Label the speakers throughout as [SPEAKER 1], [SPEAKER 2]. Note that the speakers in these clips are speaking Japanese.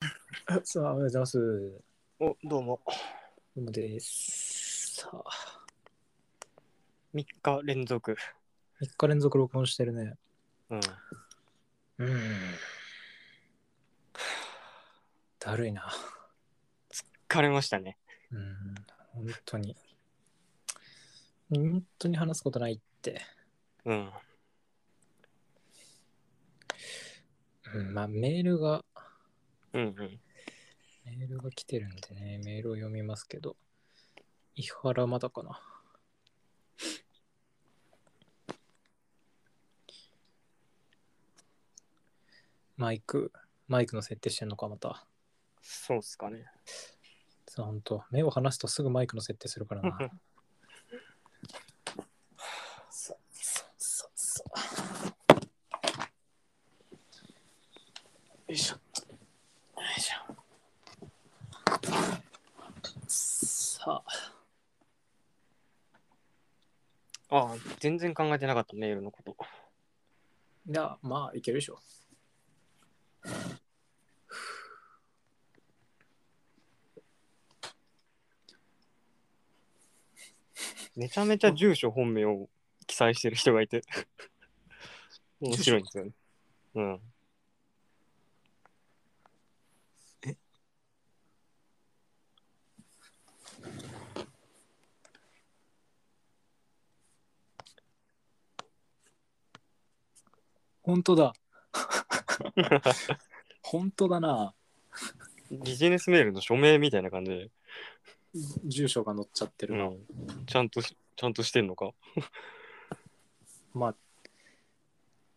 [SPEAKER 1] さあ、おはようございます。ど
[SPEAKER 2] お、どうも。
[SPEAKER 1] うもです。さあ、
[SPEAKER 2] 3日連続。
[SPEAKER 1] 3日連続録音してるね。
[SPEAKER 2] うん。
[SPEAKER 1] うん。だるいな。
[SPEAKER 2] 疲れましたね。
[SPEAKER 1] うん。本当に。本当に話すことないって。
[SPEAKER 2] うん。
[SPEAKER 1] うん、まあ、メールが、
[SPEAKER 2] うんうん。
[SPEAKER 1] メールが来てるんでね、メールを読みますけど、伊原まだかな。マイク、マイクの設定してんのか、また。
[SPEAKER 2] そうっすかね。
[SPEAKER 1] そう、ほんと。目を離すとすぐマイクの設定するからな。そうそうそうそう。よいしょ。よいしょ。さあ、
[SPEAKER 2] ああ、全然考えてなかった、メールのこと。
[SPEAKER 1] じゃあ、まあ、いけるでしょ。
[SPEAKER 2] めちゃめちゃ住所、本名を記載してる人がい て。面白いんですよね。うん。
[SPEAKER 1] 本当だ。本当だな。
[SPEAKER 2] ビジネスメールの署名みたいな感じで。
[SPEAKER 1] 住所が載っちゃって
[SPEAKER 2] う
[SPEAKER 1] るな。
[SPEAKER 2] ん。ちゃんとし、ちゃんとしてんのか。
[SPEAKER 1] まあ、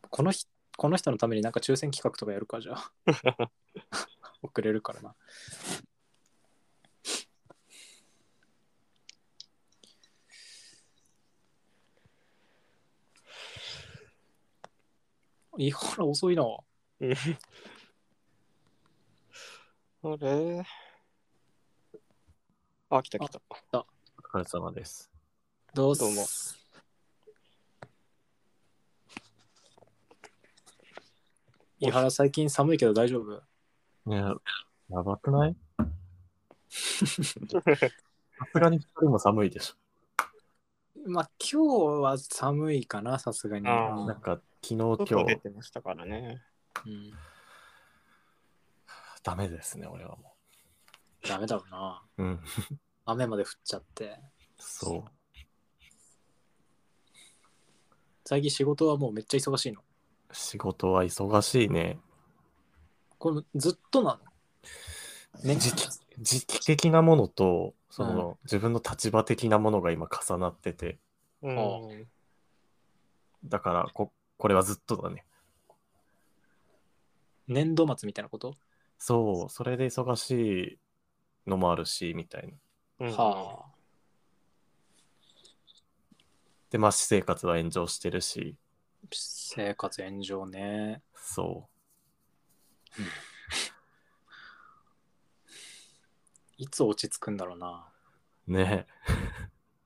[SPEAKER 1] この人、この人のためになんか抽選企画とかやるか じゃあ。送れるからな。いや、ほら遅いな。
[SPEAKER 2] あれあ、来た来た。
[SPEAKER 3] お疲れ様です。
[SPEAKER 1] どうす
[SPEAKER 2] どうも
[SPEAKER 1] 伊原最近寒いけど大丈夫
[SPEAKER 3] ねえやばく ないさすがに二人も寒いでし
[SPEAKER 1] まあ今日は寒いかなさすがに、
[SPEAKER 2] あ
[SPEAKER 3] ょ。
[SPEAKER 2] ー
[SPEAKER 3] なんか、昨日、今
[SPEAKER 2] 外出
[SPEAKER 3] 日、
[SPEAKER 2] てましたからね。
[SPEAKER 1] うん、
[SPEAKER 3] ダメですね、俺はも
[SPEAKER 1] ダメだろうな
[SPEAKER 3] う。うん。
[SPEAKER 1] 雨まで降っちゃって
[SPEAKER 3] そ
[SPEAKER 1] 最近仕事はもうめっちゃ忙しいの
[SPEAKER 3] う。仕事は忙しいね。
[SPEAKER 1] これずっとなの、ね、
[SPEAKER 3] 時期時期的なものと、その、自分の立場的なものが今重なってて、
[SPEAKER 2] うん。
[SPEAKER 3] だからこ、これはずっとだね。
[SPEAKER 1] 年度末みたいなこと、
[SPEAKER 3] そう、それで忙しいのもあるし、みたいな。
[SPEAKER 2] うん
[SPEAKER 1] は
[SPEAKER 3] で、まあ、私生活は炎上してるし、
[SPEAKER 1] あ生活炎上ね
[SPEAKER 3] そ
[SPEAKER 1] いつ落ち着くんだろうな
[SPEAKER 3] う。ね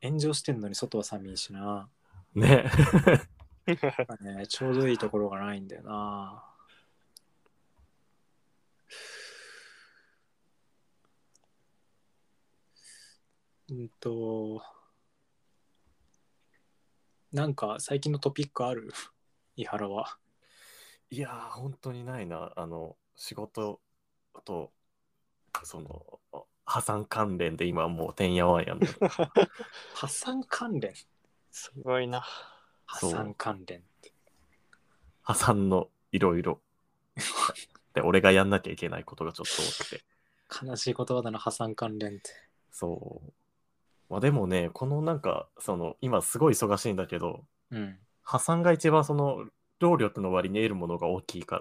[SPEAKER 1] 炎上してんのに外は寒いしな、
[SPEAKER 3] え。ねえ。
[SPEAKER 1] ね、ちょうどいいところがないんだよなうんとなんか最近のトピックある 伊原はい
[SPEAKER 3] やー、本当にないな。あの、仕事と、その、破産関連で今もうてんやわんやんだ
[SPEAKER 1] 破産関連
[SPEAKER 2] すごいな。
[SPEAKER 1] 破産関連
[SPEAKER 3] 破産のいろいろ。で、俺がやんなきゃいけないことがちょっと多くて。
[SPEAKER 1] 悲しい言葉だな破産関連って
[SPEAKER 3] そう。まあでもね、このなんか、その、今すごい忙しいんだけど、
[SPEAKER 1] うん
[SPEAKER 3] 破産が一番その、労力の割に得るものが大きいか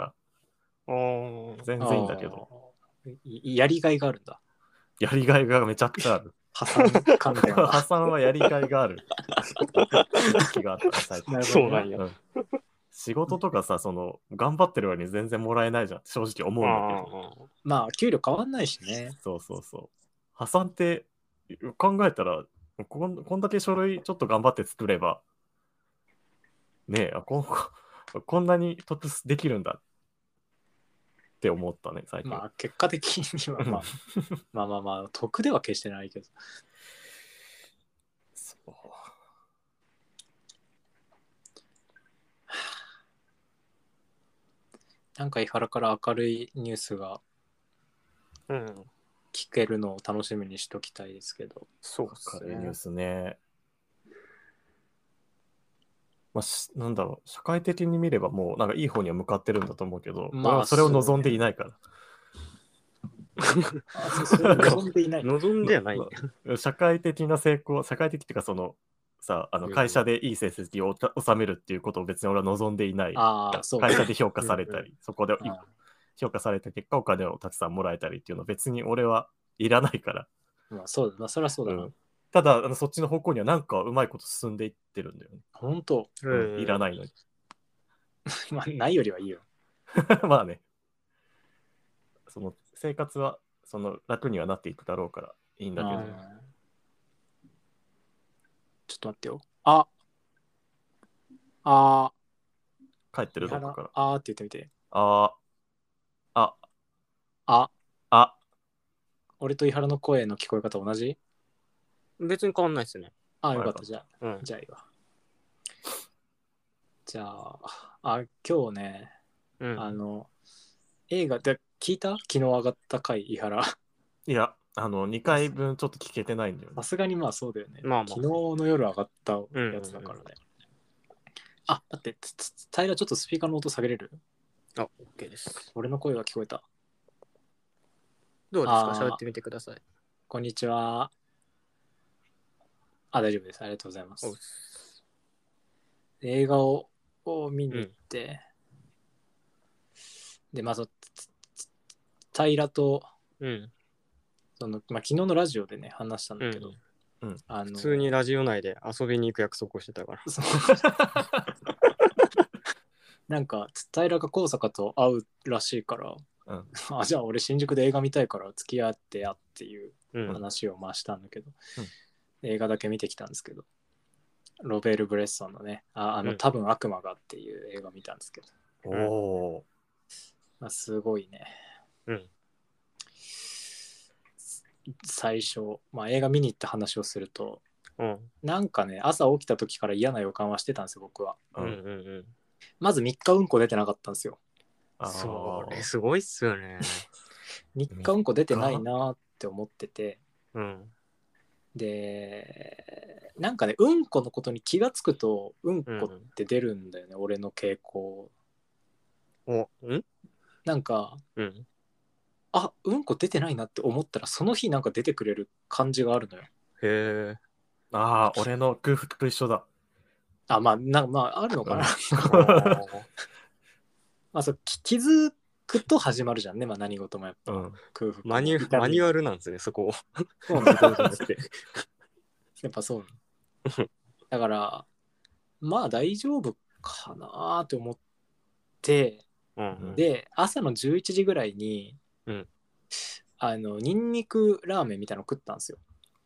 [SPEAKER 3] ら、
[SPEAKER 2] うん。
[SPEAKER 3] 全然いいんだけど、
[SPEAKER 1] あーいやりがいがあるんだ
[SPEAKER 3] やりがいがめちゃくちゃある。
[SPEAKER 1] 破産関連
[SPEAKER 3] 破
[SPEAKER 1] は
[SPEAKER 3] 産はやりがいがある。気があった最近
[SPEAKER 1] なるほど
[SPEAKER 2] そうなんや。
[SPEAKER 3] うん仕事とかさ、その、頑張ってる割に全然もらえないじゃん、正直思うんだけど。
[SPEAKER 1] まあ給料変わんないしね
[SPEAKER 3] そうそうそう。破産って考えたら、こんこんだけ書類ちょっと頑張って作れば、 ねえ、あこんここんなに突出できるんだっって思ったね、最近。
[SPEAKER 1] まあ結果的には、まあ、まあまあまあ得では決してないけど
[SPEAKER 3] そう
[SPEAKER 1] なんか伊原から明るいニュースが
[SPEAKER 2] うん。
[SPEAKER 1] 聞けるのを楽しみにしときたいですけど
[SPEAKER 2] そうっす
[SPEAKER 3] 軽いニュ
[SPEAKER 2] ね
[SPEAKER 3] ー。スね。まあ、しなんだろう、社会的に見ればもう、なんかいい方には向かってるんだと思うけど、
[SPEAKER 1] まあ
[SPEAKER 3] まあ、それを望んでいないか
[SPEAKER 1] それを望んでいない
[SPEAKER 2] 望んではないね。
[SPEAKER 3] ら。社会的な成功、社会的っていうか、その、さあの
[SPEAKER 2] うん
[SPEAKER 3] 会社でいい成績をお収めるっていうことを別に俺は望んでいない。
[SPEAKER 1] ああそう
[SPEAKER 3] 会
[SPEAKER 1] ね
[SPEAKER 3] 社で評価されたり、そこでい
[SPEAKER 1] あ
[SPEAKER 3] 評価された結果、お金をたくさんもらえたりっていうのは別に俺はいらないから。
[SPEAKER 1] ーまあそうだなそりゃそうだな、
[SPEAKER 3] うんただ、あのそっちの方向にはなんかうまいこと進んでいってるんだよね。
[SPEAKER 1] 本当
[SPEAKER 3] うんいらないのに。
[SPEAKER 1] まあないよりはいいよ
[SPEAKER 3] まあね。その生活はその楽にはなっていくだろうからいいんだけ
[SPEAKER 1] あ
[SPEAKER 3] ど
[SPEAKER 1] ー。ちょっと待ってよああ
[SPEAKER 3] 帰っ
[SPEAKER 1] ー
[SPEAKER 3] てる
[SPEAKER 1] 伊
[SPEAKER 3] と
[SPEAKER 1] 原
[SPEAKER 3] こから。
[SPEAKER 1] あーって言ってみて
[SPEAKER 3] あーあ、
[SPEAKER 1] あ
[SPEAKER 3] あ、
[SPEAKER 1] 俺と伊原の声の聞こえ方同じ
[SPEAKER 2] 別に変わんないっすね。
[SPEAKER 1] ああよかったじゃあ
[SPEAKER 2] うん。
[SPEAKER 1] じゃあいいわじゃああ今日ね
[SPEAKER 2] うん
[SPEAKER 1] あの映画で聞いた昨日上がった回伊原
[SPEAKER 3] いや、あの、2回分ちょっと聞けてないんだよね
[SPEAKER 1] さ。すがにまあそうだよね、
[SPEAKER 2] まあまあ
[SPEAKER 1] 昨日の夜上がったやつだから
[SPEAKER 2] うんうんうん
[SPEAKER 1] ね、あ待ってつつつ平ちょっとスピーカーの音下げれる
[SPEAKER 2] あ、OK です。
[SPEAKER 1] 俺の声が聞こえた
[SPEAKER 2] どうですか
[SPEAKER 1] あー
[SPEAKER 2] 喋ってみてください。
[SPEAKER 1] こんにちはあ大丈夫ですありがとうございま
[SPEAKER 2] おう
[SPEAKER 1] す映画をを見に行って、でまあそのつつつ平と
[SPEAKER 2] うん。
[SPEAKER 1] その、まあ、昨日のラジオでね話したんだけど、
[SPEAKER 3] うんうん
[SPEAKER 1] あの
[SPEAKER 2] 普通にラジオ内で遊びに行く約束をしてたから。
[SPEAKER 1] そう なんか平が高坂と会うらしいから、
[SPEAKER 3] うん
[SPEAKER 1] あじゃあ俺新宿で映画見たいから付き合ってやっていう
[SPEAKER 2] うん。
[SPEAKER 1] 話をまあしたんだけど、映画だけ見てきたんですけどロベール・ブレッソンのねああの、
[SPEAKER 2] うん
[SPEAKER 1] 多分悪魔がっていう映画見たんですけど、
[SPEAKER 3] おお
[SPEAKER 1] まあ、すごいね
[SPEAKER 2] うん。
[SPEAKER 1] 最初、まあ、映画見に行った話をすると
[SPEAKER 2] うん。
[SPEAKER 1] なんかね朝起きた時から嫌な予感はしてたんですよ僕は
[SPEAKER 3] ー。
[SPEAKER 2] うん。う。
[SPEAKER 3] うんん
[SPEAKER 2] うん。
[SPEAKER 1] まず3日うんこ出てなかったんですよ
[SPEAKER 3] あー
[SPEAKER 2] それすごいっすよね。
[SPEAKER 1] 3日うんこ出てないなって思ってて
[SPEAKER 2] うん。
[SPEAKER 1] でなんかねうんこのことに気がつくとうんこって出るんだよね、俺の傾向
[SPEAKER 2] お、うん
[SPEAKER 1] なんか
[SPEAKER 2] うん。
[SPEAKER 1] あうんこ出てないなって思ったらその日なんか出てくれる感じがあるのよ
[SPEAKER 2] へえ。
[SPEAKER 3] あー、俺の空腹と一緒だ。
[SPEAKER 1] あまあなまああるのかな、
[SPEAKER 3] うん
[SPEAKER 1] まあそうき気づくと始まるじゃんね、まあ、何事もやっぱ
[SPEAKER 3] うん。
[SPEAKER 1] 空腹も
[SPEAKER 2] マニュ
[SPEAKER 1] 痛み
[SPEAKER 2] マニュアルなんですね、そこを。
[SPEAKER 1] そうなんだ やっぱそうなのだからまあ大丈夫かなと思って
[SPEAKER 2] うん。
[SPEAKER 1] で朝の11時ぐらいに、
[SPEAKER 2] うん
[SPEAKER 1] あのニンニクラーメンみたいなの食ったんですよ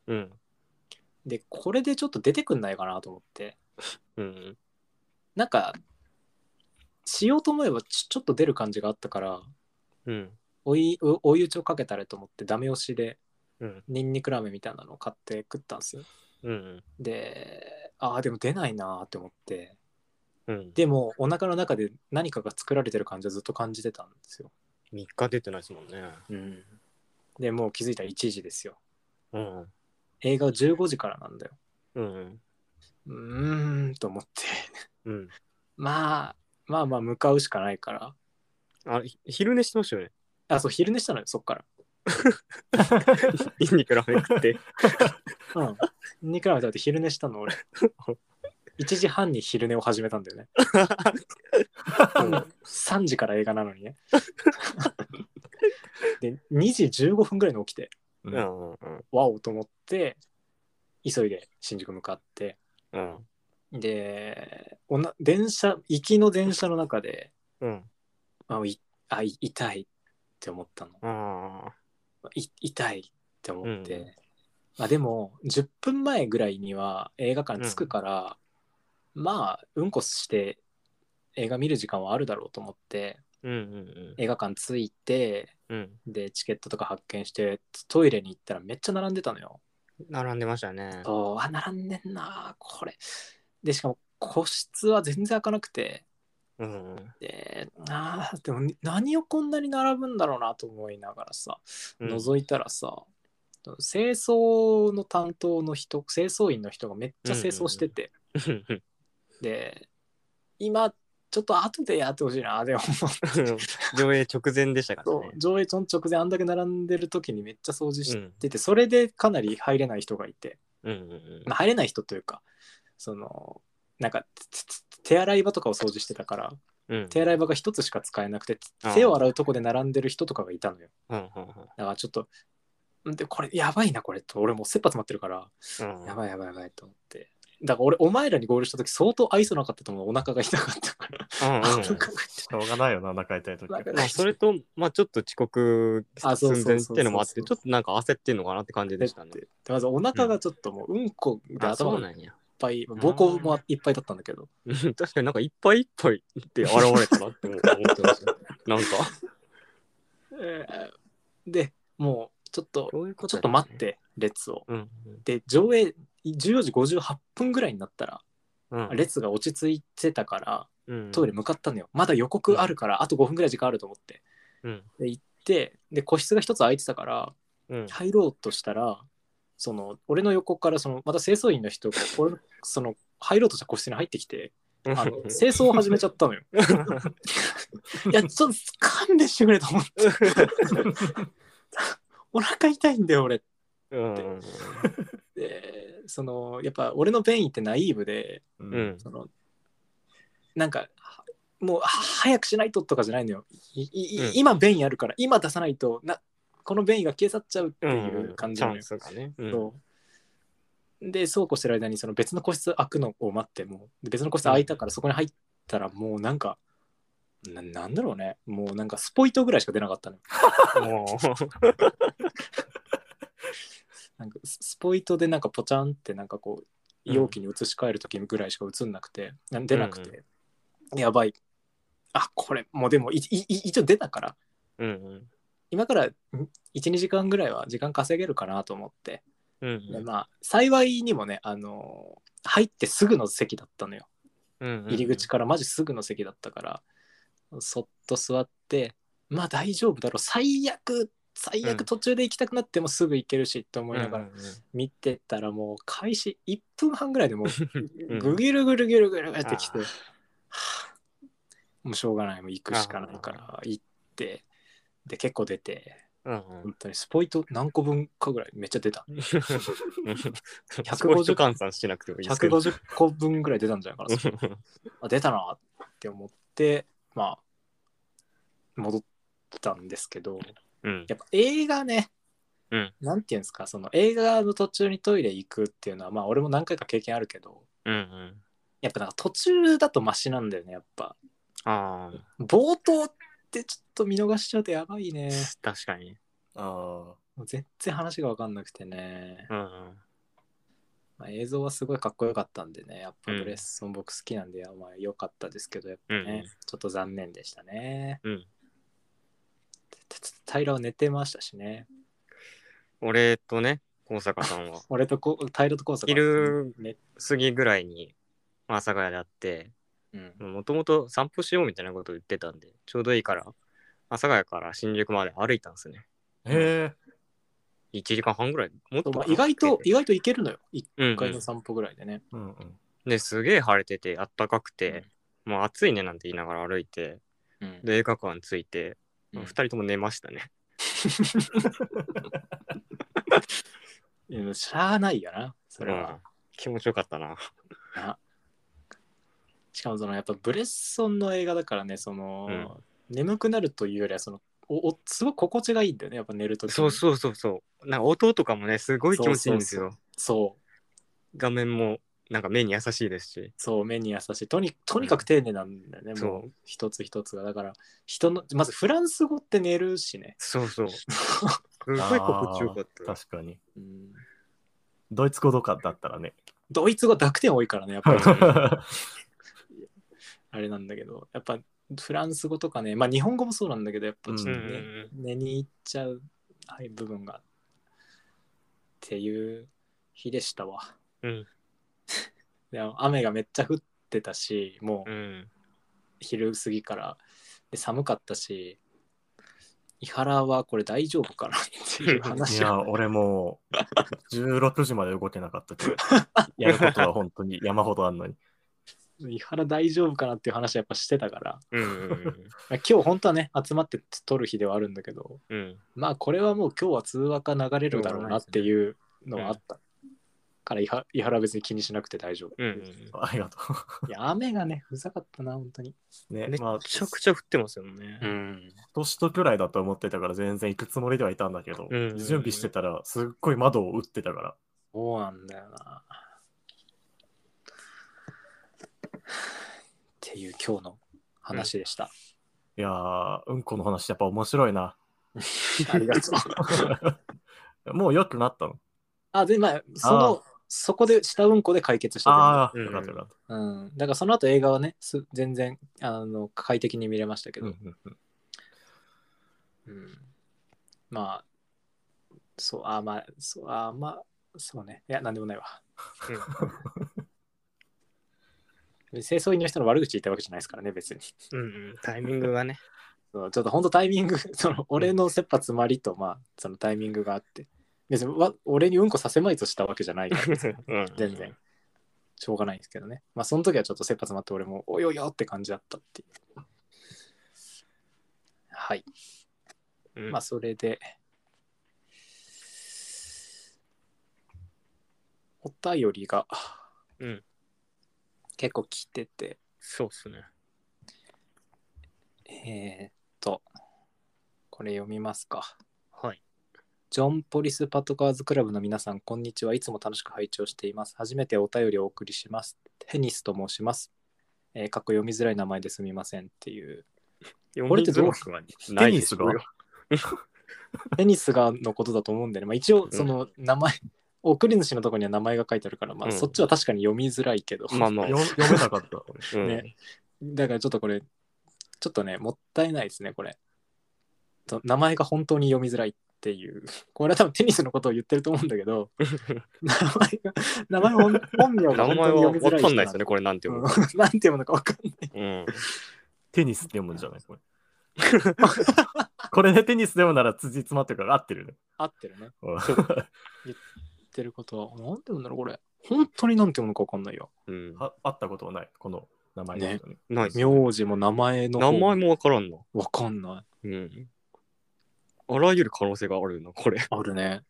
[SPEAKER 2] うん。
[SPEAKER 1] でこれでちょっと出てくんないかなと思って
[SPEAKER 2] うん。
[SPEAKER 1] なんかしようと思えばちょちょっと出る感じがあったから
[SPEAKER 2] うん。
[SPEAKER 1] 追いお追い打ちをかけたらと思ってダメ押しで
[SPEAKER 2] うん。
[SPEAKER 1] ニンニクラーメンみたいなのを買って食ったんですよ
[SPEAKER 2] うん。
[SPEAKER 1] でああでも出ないなーって思って
[SPEAKER 2] うん。
[SPEAKER 1] でもお腹の中で何かが作られてる感じをずっと感じてたんですよ、
[SPEAKER 2] 3日出てないですもんね。
[SPEAKER 1] うん、でもう気づいたら1時ですよ
[SPEAKER 2] うん。
[SPEAKER 1] 映画は15時からなんだよ
[SPEAKER 2] うん。
[SPEAKER 1] うーんと思って
[SPEAKER 2] うん。
[SPEAKER 1] まあまあまあ向かうしかないから
[SPEAKER 2] あ、ひ昼寝してました よね。
[SPEAKER 1] あそう昼寝したのよそっか
[SPEAKER 2] ニンニクラーメン食って。
[SPEAKER 1] らうんニクラーメン食べて昼寝したの俺 1時半に昼寝を始めたんだよね3時から映画なのにね で2時15分ぐらいに起きて
[SPEAKER 2] う。
[SPEAKER 3] うんん。
[SPEAKER 2] うん。うん
[SPEAKER 1] わおと思って急いで新宿向かって
[SPEAKER 2] うん。
[SPEAKER 1] でおな電車行きの電車の中で
[SPEAKER 2] うん。
[SPEAKER 1] あいあい痛いって思ったの
[SPEAKER 2] あ
[SPEAKER 1] い痛いって思って、
[SPEAKER 2] うん
[SPEAKER 1] まあ、でも10分前ぐらいには映画館着くから、まあうんこして映画見る時間はあるだろうと思って
[SPEAKER 4] うんうん
[SPEAKER 1] 映画館着いて
[SPEAKER 4] うん。うん。
[SPEAKER 1] でチケットとか発見してトイレに行ったらめっちゃ並んでたのよ。
[SPEAKER 4] 並んでましたね。
[SPEAKER 1] そうあ並んでんなこれ。でしかも個室は全然開かなくて
[SPEAKER 4] うん。
[SPEAKER 1] でなあでも何をこんなに並ぶんだろうなと思いながらさ覗いたらさ、清掃の担当の人清掃員の人がめっちゃ清掃してて、
[SPEAKER 4] うん
[SPEAKER 1] で今ちょっと後でやってほしいなでも
[SPEAKER 4] 上映直前でしたからね。
[SPEAKER 1] 上映ちょん直前あんだけ並んでる時にめっちゃ掃除し
[SPEAKER 4] うん
[SPEAKER 1] てて、それでかなり入れない人がいて、
[SPEAKER 4] うんうん
[SPEAKER 1] まあ、入れない人というかそのなんかつつつ手洗い場とかを掃除してたから
[SPEAKER 4] うん。
[SPEAKER 1] 手洗い場が一つしか使えなくて
[SPEAKER 4] あー
[SPEAKER 1] 手を洗うとこで並んでる人とかがいたのよ
[SPEAKER 4] うんうん
[SPEAKER 1] だからちょっとんでこれやばいなこれと俺もう切羽詰まってるから
[SPEAKER 4] うん。
[SPEAKER 1] やばいやばいやばいと思って。だから俺、お前らにゴールした時相当愛想なかったと思う。お腹が痛かったから。
[SPEAKER 4] う
[SPEAKER 1] お
[SPEAKER 4] んうんうん
[SPEAKER 1] 腹が痛い
[SPEAKER 3] しょうがないよな、お腹痛い時
[SPEAKER 1] お腹痛い
[SPEAKER 4] まあ、それと、まあ、ちょっと遅刻
[SPEAKER 1] あそうそう
[SPEAKER 4] 寸
[SPEAKER 1] そうそう
[SPEAKER 4] 前っていうのもあって、ちょっとなんか焦ってんのかなって感じでしたね。
[SPEAKER 1] でまずお腹がちょっともう、うんこで
[SPEAKER 4] あ、そ
[SPEAKER 1] 頭
[SPEAKER 4] う
[SPEAKER 1] がいっ
[SPEAKER 4] なんや。
[SPEAKER 1] ぱい、膀胱もいっぱいだったんだけど。
[SPEAKER 4] うん確かになんかいっぱいいっぱいって現れたなって思って ました。なんか、
[SPEAKER 1] えーで、もう、ちょっと、
[SPEAKER 4] ういう
[SPEAKER 1] ちょっと待っ。て、列を。
[SPEAKER 4] うん。
[SPEAKER 1] で、上映14時58分ぐらいになったら、
[SPEAKER 4] うん。
[SPEAKER 1] 列が落ち着いてたから、
[SPEAKER 4] うん
[SPEAKER 1] トイレ。向かったのよ。まだ予告あるから、あと5分ぐらい時間あると思って。
[SPEAKER 4] うん。
[SPEAKER 1] で、行って、で、個室が一つ空いてたから、
[SPEAKER 4] うん。
[SPEAKER 1] 入ろうとしたらその俺の横からそのまた清掃員の 人が俺のその入ろうとした個室に入ってきてあの 清掃を始めちゃったのよ。いやちょっと勘弁してくれと思って お腹痛いんだよ俺っ
[SPEAKER 4] うん
[SPEAKER 1] てそのやっぱ俺の便意ってナイーブで
[SPEAKER 3] う。
[SPEAKER 4] うんん。
[SPEAKER 1] そのなんかはもうは早くしないととかじゃないのよ。いいい
[SPEAKER 4] うん
[SPEAKER 1] 今便意あるから今出さないとなこの便意が消え去っちゃうっていう感じ
[SPEAKER 4] チ
[SPEAKER 1] なの
[SPEAKER 4] ャ
[SPEAKER 1] よ
[SPEAKER 4] ン。スがね。うん
[SPEAKER 1] そうでそうこうしてる間にその別の個室開くのを待ってもうで別の個室空いたからそこに入ったらもうなんか、ななんだろうねもうなんかスポイトぐらいしか出なかったのよ
[SPEAKER 4] も
[SPEAKER 1] なんかススポイトでなんかポチャンってなんかこう
[SPEAKER 4] うん
[SPEAKER 1] 容器に移し替える時ぐらいしか映んなくて、なん出なくて、やばいあこれもうでもいいい一応出たから
[SPEAKER 4] う。うん。
[SPEAKER 1] 今から12時間ぐらいは時間稼げるかなと思って、
[SPEAKER 4] う
[SPEAKER 1] で
[SPEAKER 4] ん。
[SPEAKER 1] まあ幸いにもねあの入ってすぐの席だったのよ入り口。からマジすぐの席だったから、そっと座ってまあ大丈夫だろう最悪最
[SPEAKER 4] うん
[SPEAKER 1] 悪途中で行きたくなってもすぐ行けるしって思いながら
[SPEAKER 4] うん
[SPEAKER 1] 見てたらもう開始1分半ぐらいでもう
[SPEAKER 4] ん
[SPEAKER 1] ぐぎるぐるぐるぐるってきて、
[SPEAKER 4] あー
[SPEAKER 1] はあもうしょうがないもう行くしかないから行ってで結構出て
[SPEAKER 4] うん。
[SPEAKER 1] 本当にスポイト何個分かぐらいめっちゃ出た
[SPEAKER 4] 150換算しなくてもいいですけど。
[SPEAKER 1] 150個分ぐらい出たんじゃないかな あ出たなって思ってまあ戻ったんですけど
[SPEAKER 4] うん。
[SPEAKER 1] やっぱ映画ね、
[SPEAKER 4] うん
[SPEAKER 1] なんていうんですかその映画の途中にトイレ行くっていうのはまあ俺も何回か経験あるけど
[SPEAKER 4] うんうん。
[SPEAKER 1] やっぱなんか途中だとマシなんだよねやっぱ
[SPEAKER 4] ああ、
[SPEAKER 1] 冒頭ってちょっと見逃しちゃうとやばいね
[SPEAKER 4] 確かに。
[SPEAKER 3] あ
[SPEAKER 1] もう全然話が分かんなくてね、
[SPEAKER 4] うん。
[SPEAKER 1] まあ、映像はすごいかっこよかったんでねやっぱブレスソン僕好きなんで、まあ良かったですけどやっぱね、
[SPEAKER 4] うんうん
[SPEAKER 1] ちょっと残念でしたね
[SPEAKER 4] うん。
[SPEAKER 1] 平は寝てましたしね。
[SPEAKER 4] 俺とね、高坂さんは、
[SPEAKER 1] 俺とこ平と高坂
[SPEAKER 4] 昼
[SPEAKER 1] ね、
[SPEAKER 4] 次ぐらいに、まあ阿佐ヶ谷で会って、
[SPEAKER 1] うん。
[SPEAKER 4] もともと散歩しようみたいなこと言ってたんで、ちょうどいいから、阿佐ヶ谷から新宿まで歩いたんですね。
[SPEAKER 3] あ。へえ。
[SPEAKER 4] 1時間半ぐらい、もっとか
[SPEAKER 1] ま
[SPEAKER 4] な
[SPEAKER 1] あ、意外と、意外といけるのよ。1
[SPEAKER 4] うんう
[SPEAKER 1] 回の
[SPEAKER 4] ん、
[SPEAKER 1] 散歩ぐらいでね。
[SPEAKER 3] うんうん。
[SPEAKER 4] ですげえ晴れてて、あったかくて、もう暑いねなんて言いながら歩いて、
[SPEAKER 1] うん
[SPEAKER 4] で、映画館着いて、
[SPEAKER 1] うん
[SPEAKER 4] 2人とも寝ましたね。
[SPEAKER 1] いやしゃあないよな、それ
[SPEAKER 4] う
[SPEAKER 1] は
[SPEAKER 4] ん。気持ちよかったな。
[SPEAKER 1] なしかも、その、やっぱブレッソンの映画だからね、その、眠くなるというよりは、その、おおすごく心地がいいんだよね、やっぱ寝るとき。
[SPEAKER 4] そうそうそうそう。なんか音とかもね、すごい気持ちいいんですよ。
[SPEAKER 1] そう。
[SPEAKER 4] 画面も、なんか目に優しいですし。
[SPEAKER 1] そう、目に優しい。とにとにかく丁寧なんだよね、
[SPEAKER 4] そ
[SPEAKER 1] もう
[SPEAKER 4] う、
[SPEAKER 1] 一つ一つが。だから、人の、まずフランス語って寝るしね。
[SPEAKER 4] そうそう。 すごい心地よかった。
[SPEAKER 3] 確かに。
[SPEAKER 1] うん
[SPEAKER 3] ドイツ語とかだったらね。
[SPEAKER 1] ドイツ語濁点多いからね、やっぱり。あれなんだけど、やっぱフランス語とかね、まあ日本語もそうなんだけど、やっぱちょ
[SPEAKER 2] う
[SPEAKER 1] っとね、
[SPEAKER 2] んうんうん
[SPEAKER 1] 根にいっちゃう、はい、部分がっていう日でしたわ。
[SPEAKER 2] うん
[SPEAKER 1] で雨がめっちゃ降ってたしも
[SPEAKER 2] う
[SPEAKER 1] うん昼過ぎからで寒かったし伊原はこれ大丈夫かなっていう
[SPEAKER 3] い
[SPEAKER 1] 話
[SPEAKER 3] や、
[SPEAKER 1] が
[SPEAKER 3] 俺もう16時まで動けなかったけど、やることは本当に山ほどあんのに。
[SPEAKER 1] 伊原大丈夫かなっていう話はやっぱしてたから
[SPEAKER 2] うんうん
[SPEAKER 1] まあ今日本当はね集まって撮る日ではあるんだけど
[SPEAKER 2] うん
[SPEAKER 1] まあこれはもう今日は通話か流れるだろうなっていうのはあった、から伊原伊原は別に気にしなくて大丈夫、
[SPEAKER 2] うんうん
[SPEAKER 3] ありがと
[SPEAKER 1] いや雨がねうざかったな本当に
[SPEAKER 3] う。 ね
[SPEAKER 2] め、
[SPEAKER 3] まあ、
[SPEAKER 2] ちゃくちゃ降ってますよね。
[SPEAKER 1] ん
[SPEAKER 3] 年とくらいだと思ってたから全然行くつもりではいたんだけど、
[SPEAKER 2] うん
[SPEAKER 3] 準備してたらすっごい窓を打ってたから、
[SPEAKER 1] そうなんだよな。っていう今日の話でした。
[SPEAKER 3] いやー、うんこの話やっぱ面白いな。
[SPEAKER 1] ありがとう。
[SPEAKER 3] もう良くなったの
[SPEAKER 1] あ、で、まあ、そ
[SPEAKER 3] あ
[SPEAKER 1] の、そこで下うんこで解決した
[SPEAKER 3] ああ、
[SPEAKER 2] うん
[SPEAKER 3] よかったよかっ
[SPEAKER 1] 全部うん。だからその後映画はね、す全然あの快適に見れましたけ
[SPEAKER 3] た。う
[SPEAKER 1] ど、
[SPEAKER 3] ん
[SPEAKER 1] う
[SPEAKER 3] うんんうん
[SPEAKER 1] まあ、そう、あまあ、そう、あまあ、そうね。いや、なんでもないわ。 清掃員の人の悪口言ったわけじゃないですからね、別に。
[SPEAKER 2] うんうんタイミング がね。
[SPEAKER 1] そうちょっと本当タイミング、 その俺の切羽詰まりと、まあ、そのタイミングがあって、別にわ俺にうんこさせまいとしたわけじゃない から、別に全然。しょうがないんですけどね。まあ、その時はちょっと切羽詰まって、俺も、およよって感じだったっていう。はい。
[SPEAKER 2] うん。
[SPEAKER 1] まあ、それで、お便りが
[SPEAKER 2] うん。
[SPEAKER 1] 結構来てて、
[SPEAKER 2] そうっすね。
[SPEAKER 1] えーっと、これ読みますか。
[SPEAKER 2] はい。
[SPEAKER 1] ジョンポリスパトカーズクラブの皆さん、こんにちは。いつも楽しく拝聴しています。初めてお便りをお送りします。ヘニスと申します。えー、過去読みづらい名前ですみませんっていう。
[SPEAKER 2] こ
[SPEAKER 1] これってどう
[SPEAKER 2] な
[SPEAKER 3] テ
[SPEAKER 2] い
[SPEAKER 3] ニ
[SPEAKER 2] で
[SPEAKER 3] ス
[SPEAKER 2] す
[SPEAKER 3] が
[SPEAKER 2] よ。
[SPEAKER 1] ヘニスがのことだと思うんでね。まあ、一応、その名前、 送り主のとこには名前が書いてあるから、まあ、
[SPEAKER 2] うん
[SPEAKER 1] そっちは確かに読みづらいけど、
[SPEAKER 2] まあまあ。
[SPEAKER 3] よ読めなかった。俺
[SPEAKER 2] うん
[SPEAKER 1] ねだからちょっとこれ、ちょっとね、もったいないですね、これ。と名前が本当に読みづらいっていう。 これは多分テニスのことを言ってると思うんだけど、名前が、名前本本名が
[SPEAKER 2] 名前
[SPEAKER 1] 本当に
[SPEAKER 2] は
[SPEAKER 1] 読み
[SPEAKER 2] 分
[SPEAKER 1] づらい人
[SPEAKER 2] かんないですよね、これなんて
[SPEAKER 1] う
[SPEAKER 2] 読
[SPEAKER 1] ん
[SPEAKER 2] むか。
[SPEAKER 1] なんて読むのかわかんない。
[SPEAKER 2] うん。
[SPEAKER 3] テニスって読むんじゃないこれ。これでテニスで読むなら辻詰まってるから合ってるね。
[SPEAKER 1] 合ってるね。言
[SPEAKER 3] うん
[SPEAKER 1] ってることは。なんて読むんだろう、これ。本当になんて読むのかわかんないよ。
[SPEAKER 2] うん。
[SPEAKER 3] あ会ったことはない、この名前の人に。
[SPEAKER 2] ないっすね
[SPEAKER 1] 名字も名前の
[SPEAKER 2] 名
[SPEAKER 1] 方
[SPEAKER 2] 前
[SPEAKER 1] も
[SPEAKER 2] も分からんの。
[SPEAKER 1] わかんない。
[SPEAKER 2] うん。あらゆる可能性があるな、これ。
[SPEAKER 1] あるね。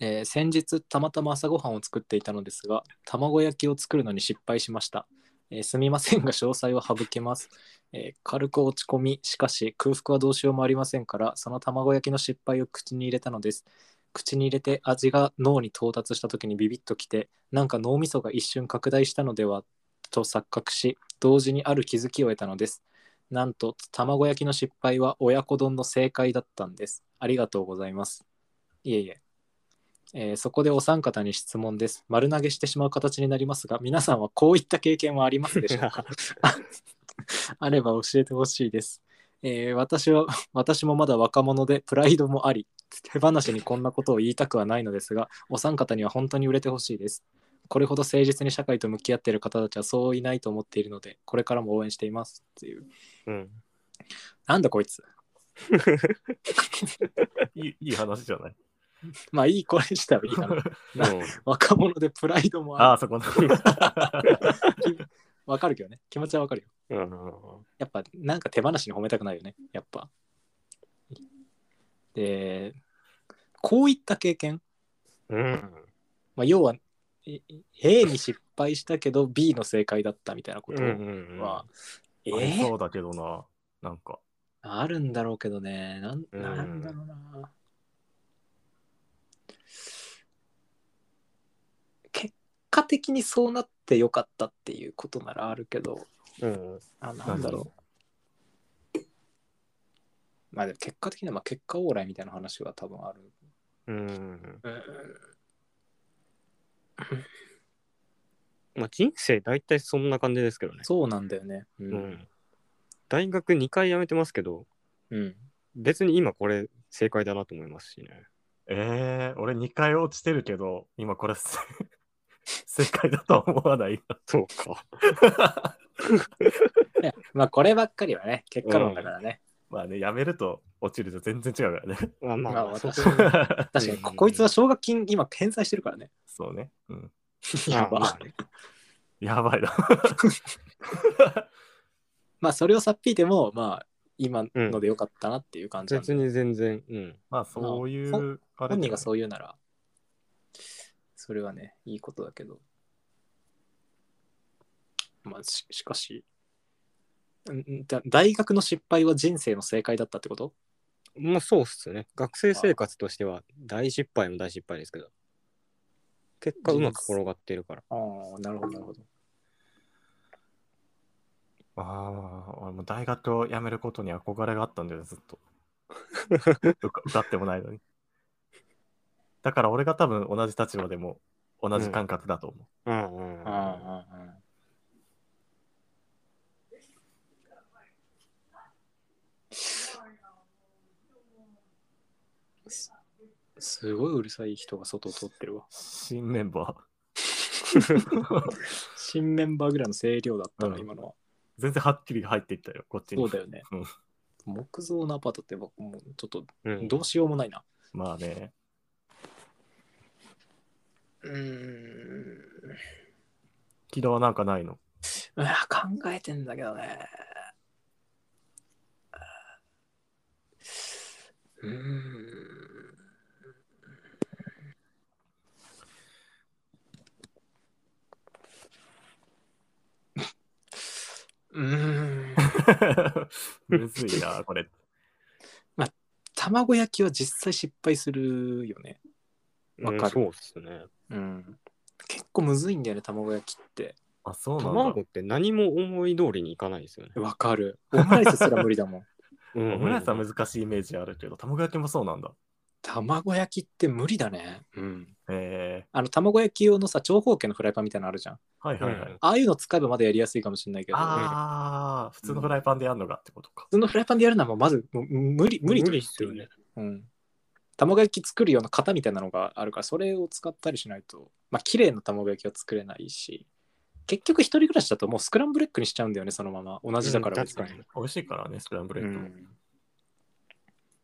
[SPEAKER 1] えー先日たまたま朝ごはんを作っていたのですが卵焼きを作るのに失敗しました、えーすみませんが詳細は省けます、えー軽く落ち込みしかし空腹はどうしようもありませんからその卵焼きの失敗を口に入れたのです口に入れて味が脳に到達した時にビビッときてなんか脳みそが一瞬拡大したのではと錯覚し同時にある気づきを得たのですなんと卵焼きの失敗は親子丼の正解だったんです。ありがとうございます。いえいえ。えーそこでお三方に質問です。丸投げしてしまう形になりますが、皆さんはこういった経験はありますでしょうかあれば教えてほしいです。えー私は、 私もまだ若者でプライドもあり、手放しにこんなことを言いたくはないのですが、お三方には本当に売れてほしいです。これほど誠実に社会と向き合っている方たちはそういないと思っているので、これからも応援しています。っていう。
[SPEAKER 2] うん。
[SPEAKER 1] なんだこいつ。
[SPEAKER 3] いいいい話じゃない。
[SPEAKER 1] まあいい声したらいいかな。 な
[SPEAKER 2] うん
[SPEAKER 1] 若者でプライドもあ
[SPEAKER 3] ああ、
[SPEAKER 1] る。
[SPEAKER 3] そこの。
[SPEAKER 1] わかるけどね。気持ちはわかるよ。
[SPEAKER 2] うん
[SPEAKER 1] やっぱなんか手放しに褒めたくないよね。やっぱ。で、こういった経験、
[SPEAKER 2] うん。
[SPEAKER 1] まあ、要はえ A に失敗したけど B の正解だったみたいなこ
[SPEAKER 2] う
[SPEAKER 1] と
[SPEAKER 2] んうんうん
[SPEAKER 1] は、
[SPEAKER 3] あ
[SPEAKER 1] え
[SPEAKER 3] り
[SPEAKER 1] ー
[SPEAKER 3] そうだけどな。なんか、
[SPEAKER 1] あるんだろうけどね。なん
[SPEAKER 2] うん
[SPEAKER 1] なんだろうな。結果的にそうなってよかったっていうことならあるけど、
[SPEAKER 2] うん
[SPEAKER 1] あなんだ
[SPEAKER 3] な
[SPEAKER 1] ろう。まあでも結果的にはまあ結果往来みたいな話は多分ある。
[SPEAKER 2] うんまあ人生大体そんな感じですけどね。
[SPEAKER 1] そうなんだよね。
[SPEAKER 2] う
[SPEAKER 1] う
[SPEAKER 2] ん。大学2回辞めてますけど、
[SPEAKER 1] うん。
[SPEAKER 2] 別に今これ正解だなと思いますしね。
[SPEAKER 3] えー、俺2回落ちてるけど、今これせ 正解だとは思わない
[SPEAKER 2] そうか。
[SPEAKER 3] な。
[SPEAKER 1] ねまあ、こればっかりはね、結果論だからね。
[SPEAKER 3] まあね、やめると落ちると全然違うからね。
[SPEAKER 2] まあまあ、
[SPEAKER 1] まあ
[SPEAKER 2] そこ
[SPEAKER 1] 私 確かに
[SPEAKER 2] うん
[SPEAKER 1] こ、こいつは奨学金今返済してる からね。
[SPEAKER 3] そうね。うん。
[SPEAKER 1] や
[SPEAKER 2] まあま
[SPEAKER 1] ば
[SPEAKER 2] あ。ね
[SPEAKER 3] やばいな。
[SPEAKER 1] まあ、それをさっぴいても、まあ、今のでよかったなっていう感じなん
[SPEAKER 2] 別
[SPEAKER 1] で、
[SPEAKER 2] に全然、うん。
[SPEAKER 3] まあそうい
[SPEAKER 1] ほ
[SPEAKER 3] う、あ
[SPEAKER 1] 本人が
[SPEAKER 3] う。
[SPEAKER 1] そう言うなら、それはね、いいことだけど。まあ、ししかし、んんだ大学の失敗は人生の正解だったってこと
[SPEAKER 2] まあそうっすね。学生生活としては大失敗も大失敗ですけど、結果うまく転がっているから。
[SPEAKER 1] ああ、なるほど、なるほど。
[SPEAKER 3] ああ、俺も大学を辞めることに憧れがあったんだよね、ずっ と。うか歌ってもないのに。だから俺が多分同じ立場でも同じ感覚だと思う。
[SPEAKER 2] うんうんうん
[SPEAKER 1] ああ、すすごいうるさい人が外を通っ てるわ。
[SPEAKER 3] 新メンバー。
[SPEAKER 1] 新メンバーぐらいの声量だったの、
[SPEAKER 3] うん
[SPEAKER 1] 今のは。
[SPEAKER 3] 全然はっきり入っていったよ、こっちに。
[SPEAKER 1] そうだよね
[SPEAKER 3] うん。
[SPEAKER 1] 木造のアパートって僕もうちょっと
[SPEAKER 2] うん
[SPEAKER 1] どうしようもないな。
[SPEAKER 3] まあね。
[SPEAKER 1] うん。
[SPEAKER 3] 軌道はなんかないの。
[SPEAKER 1] うわ考えてんだけどね。うーん。うーん
[SPEAKER 3] むずいな、これ。
[SPEAKER 1] 卵焼きは実際失敗するよね。わかる
[SPEAKER 2] そうっすね。
[SPEAKER 1] うん。結構むずいんだよね、卵焼きって。
[SPEAKER 3] あ、そうなんだ。
[SPEAKER 2] 卵って何も思い通りにいかないですよね。
[SPEAKER 1] わかる。オムライスすら無理だもん。
[SPEAKER 2] う
[SPEAKER 3] オムライスは
[SPEAKER 2] んうん
[SPEAKER 3] 難しいイメージあるけど、卵焼きもそうなんだ。
[SPEAKER 1] 卵焼きって無理だね。うん。
[SPEAKER 3] え
[SPEAKER 1] あの、卵焼き用のさ、長方形のフライパンみたいなのあるじゃん。
[SPEAKER 3] ー、はいはいはい。
[SPEAKER 2] うん
[SPEAKER 1] ああいうの使えばまだやりやすいかもしれないけど、普
[SPEAKER 3] ああ、普通のフライパンでやるのがってことか。
[SPEAKER 1] 通のフライパンでやるのはもうまずもう無理、無理と
[SPEAKER 2] 無
[SPEAKER 1] 言
[SPEAKER 2] 理っ
[SPEAKER 1] っ
[SPEAKER 2] てす
[SPEAKER 1] いい
[SPEAKER 2] よね。
[SPEAKER 1] うん。卵焼き作るような型みたいなのがあるから、それを使ったりしないと、まあ、綺麗な卵焼きは作れないし、結局一人暮らしだともうスクランブルエッグにしちゃうんだよね、そのまま。同じだから、
[SPEAKER 2] うん確かに。
[SPEAKER 3] 美味しいからね、スクランブルエ
[SPEAKER 1] う
[SPEAKER 3] ッグも。
[SPEAKER 1] ん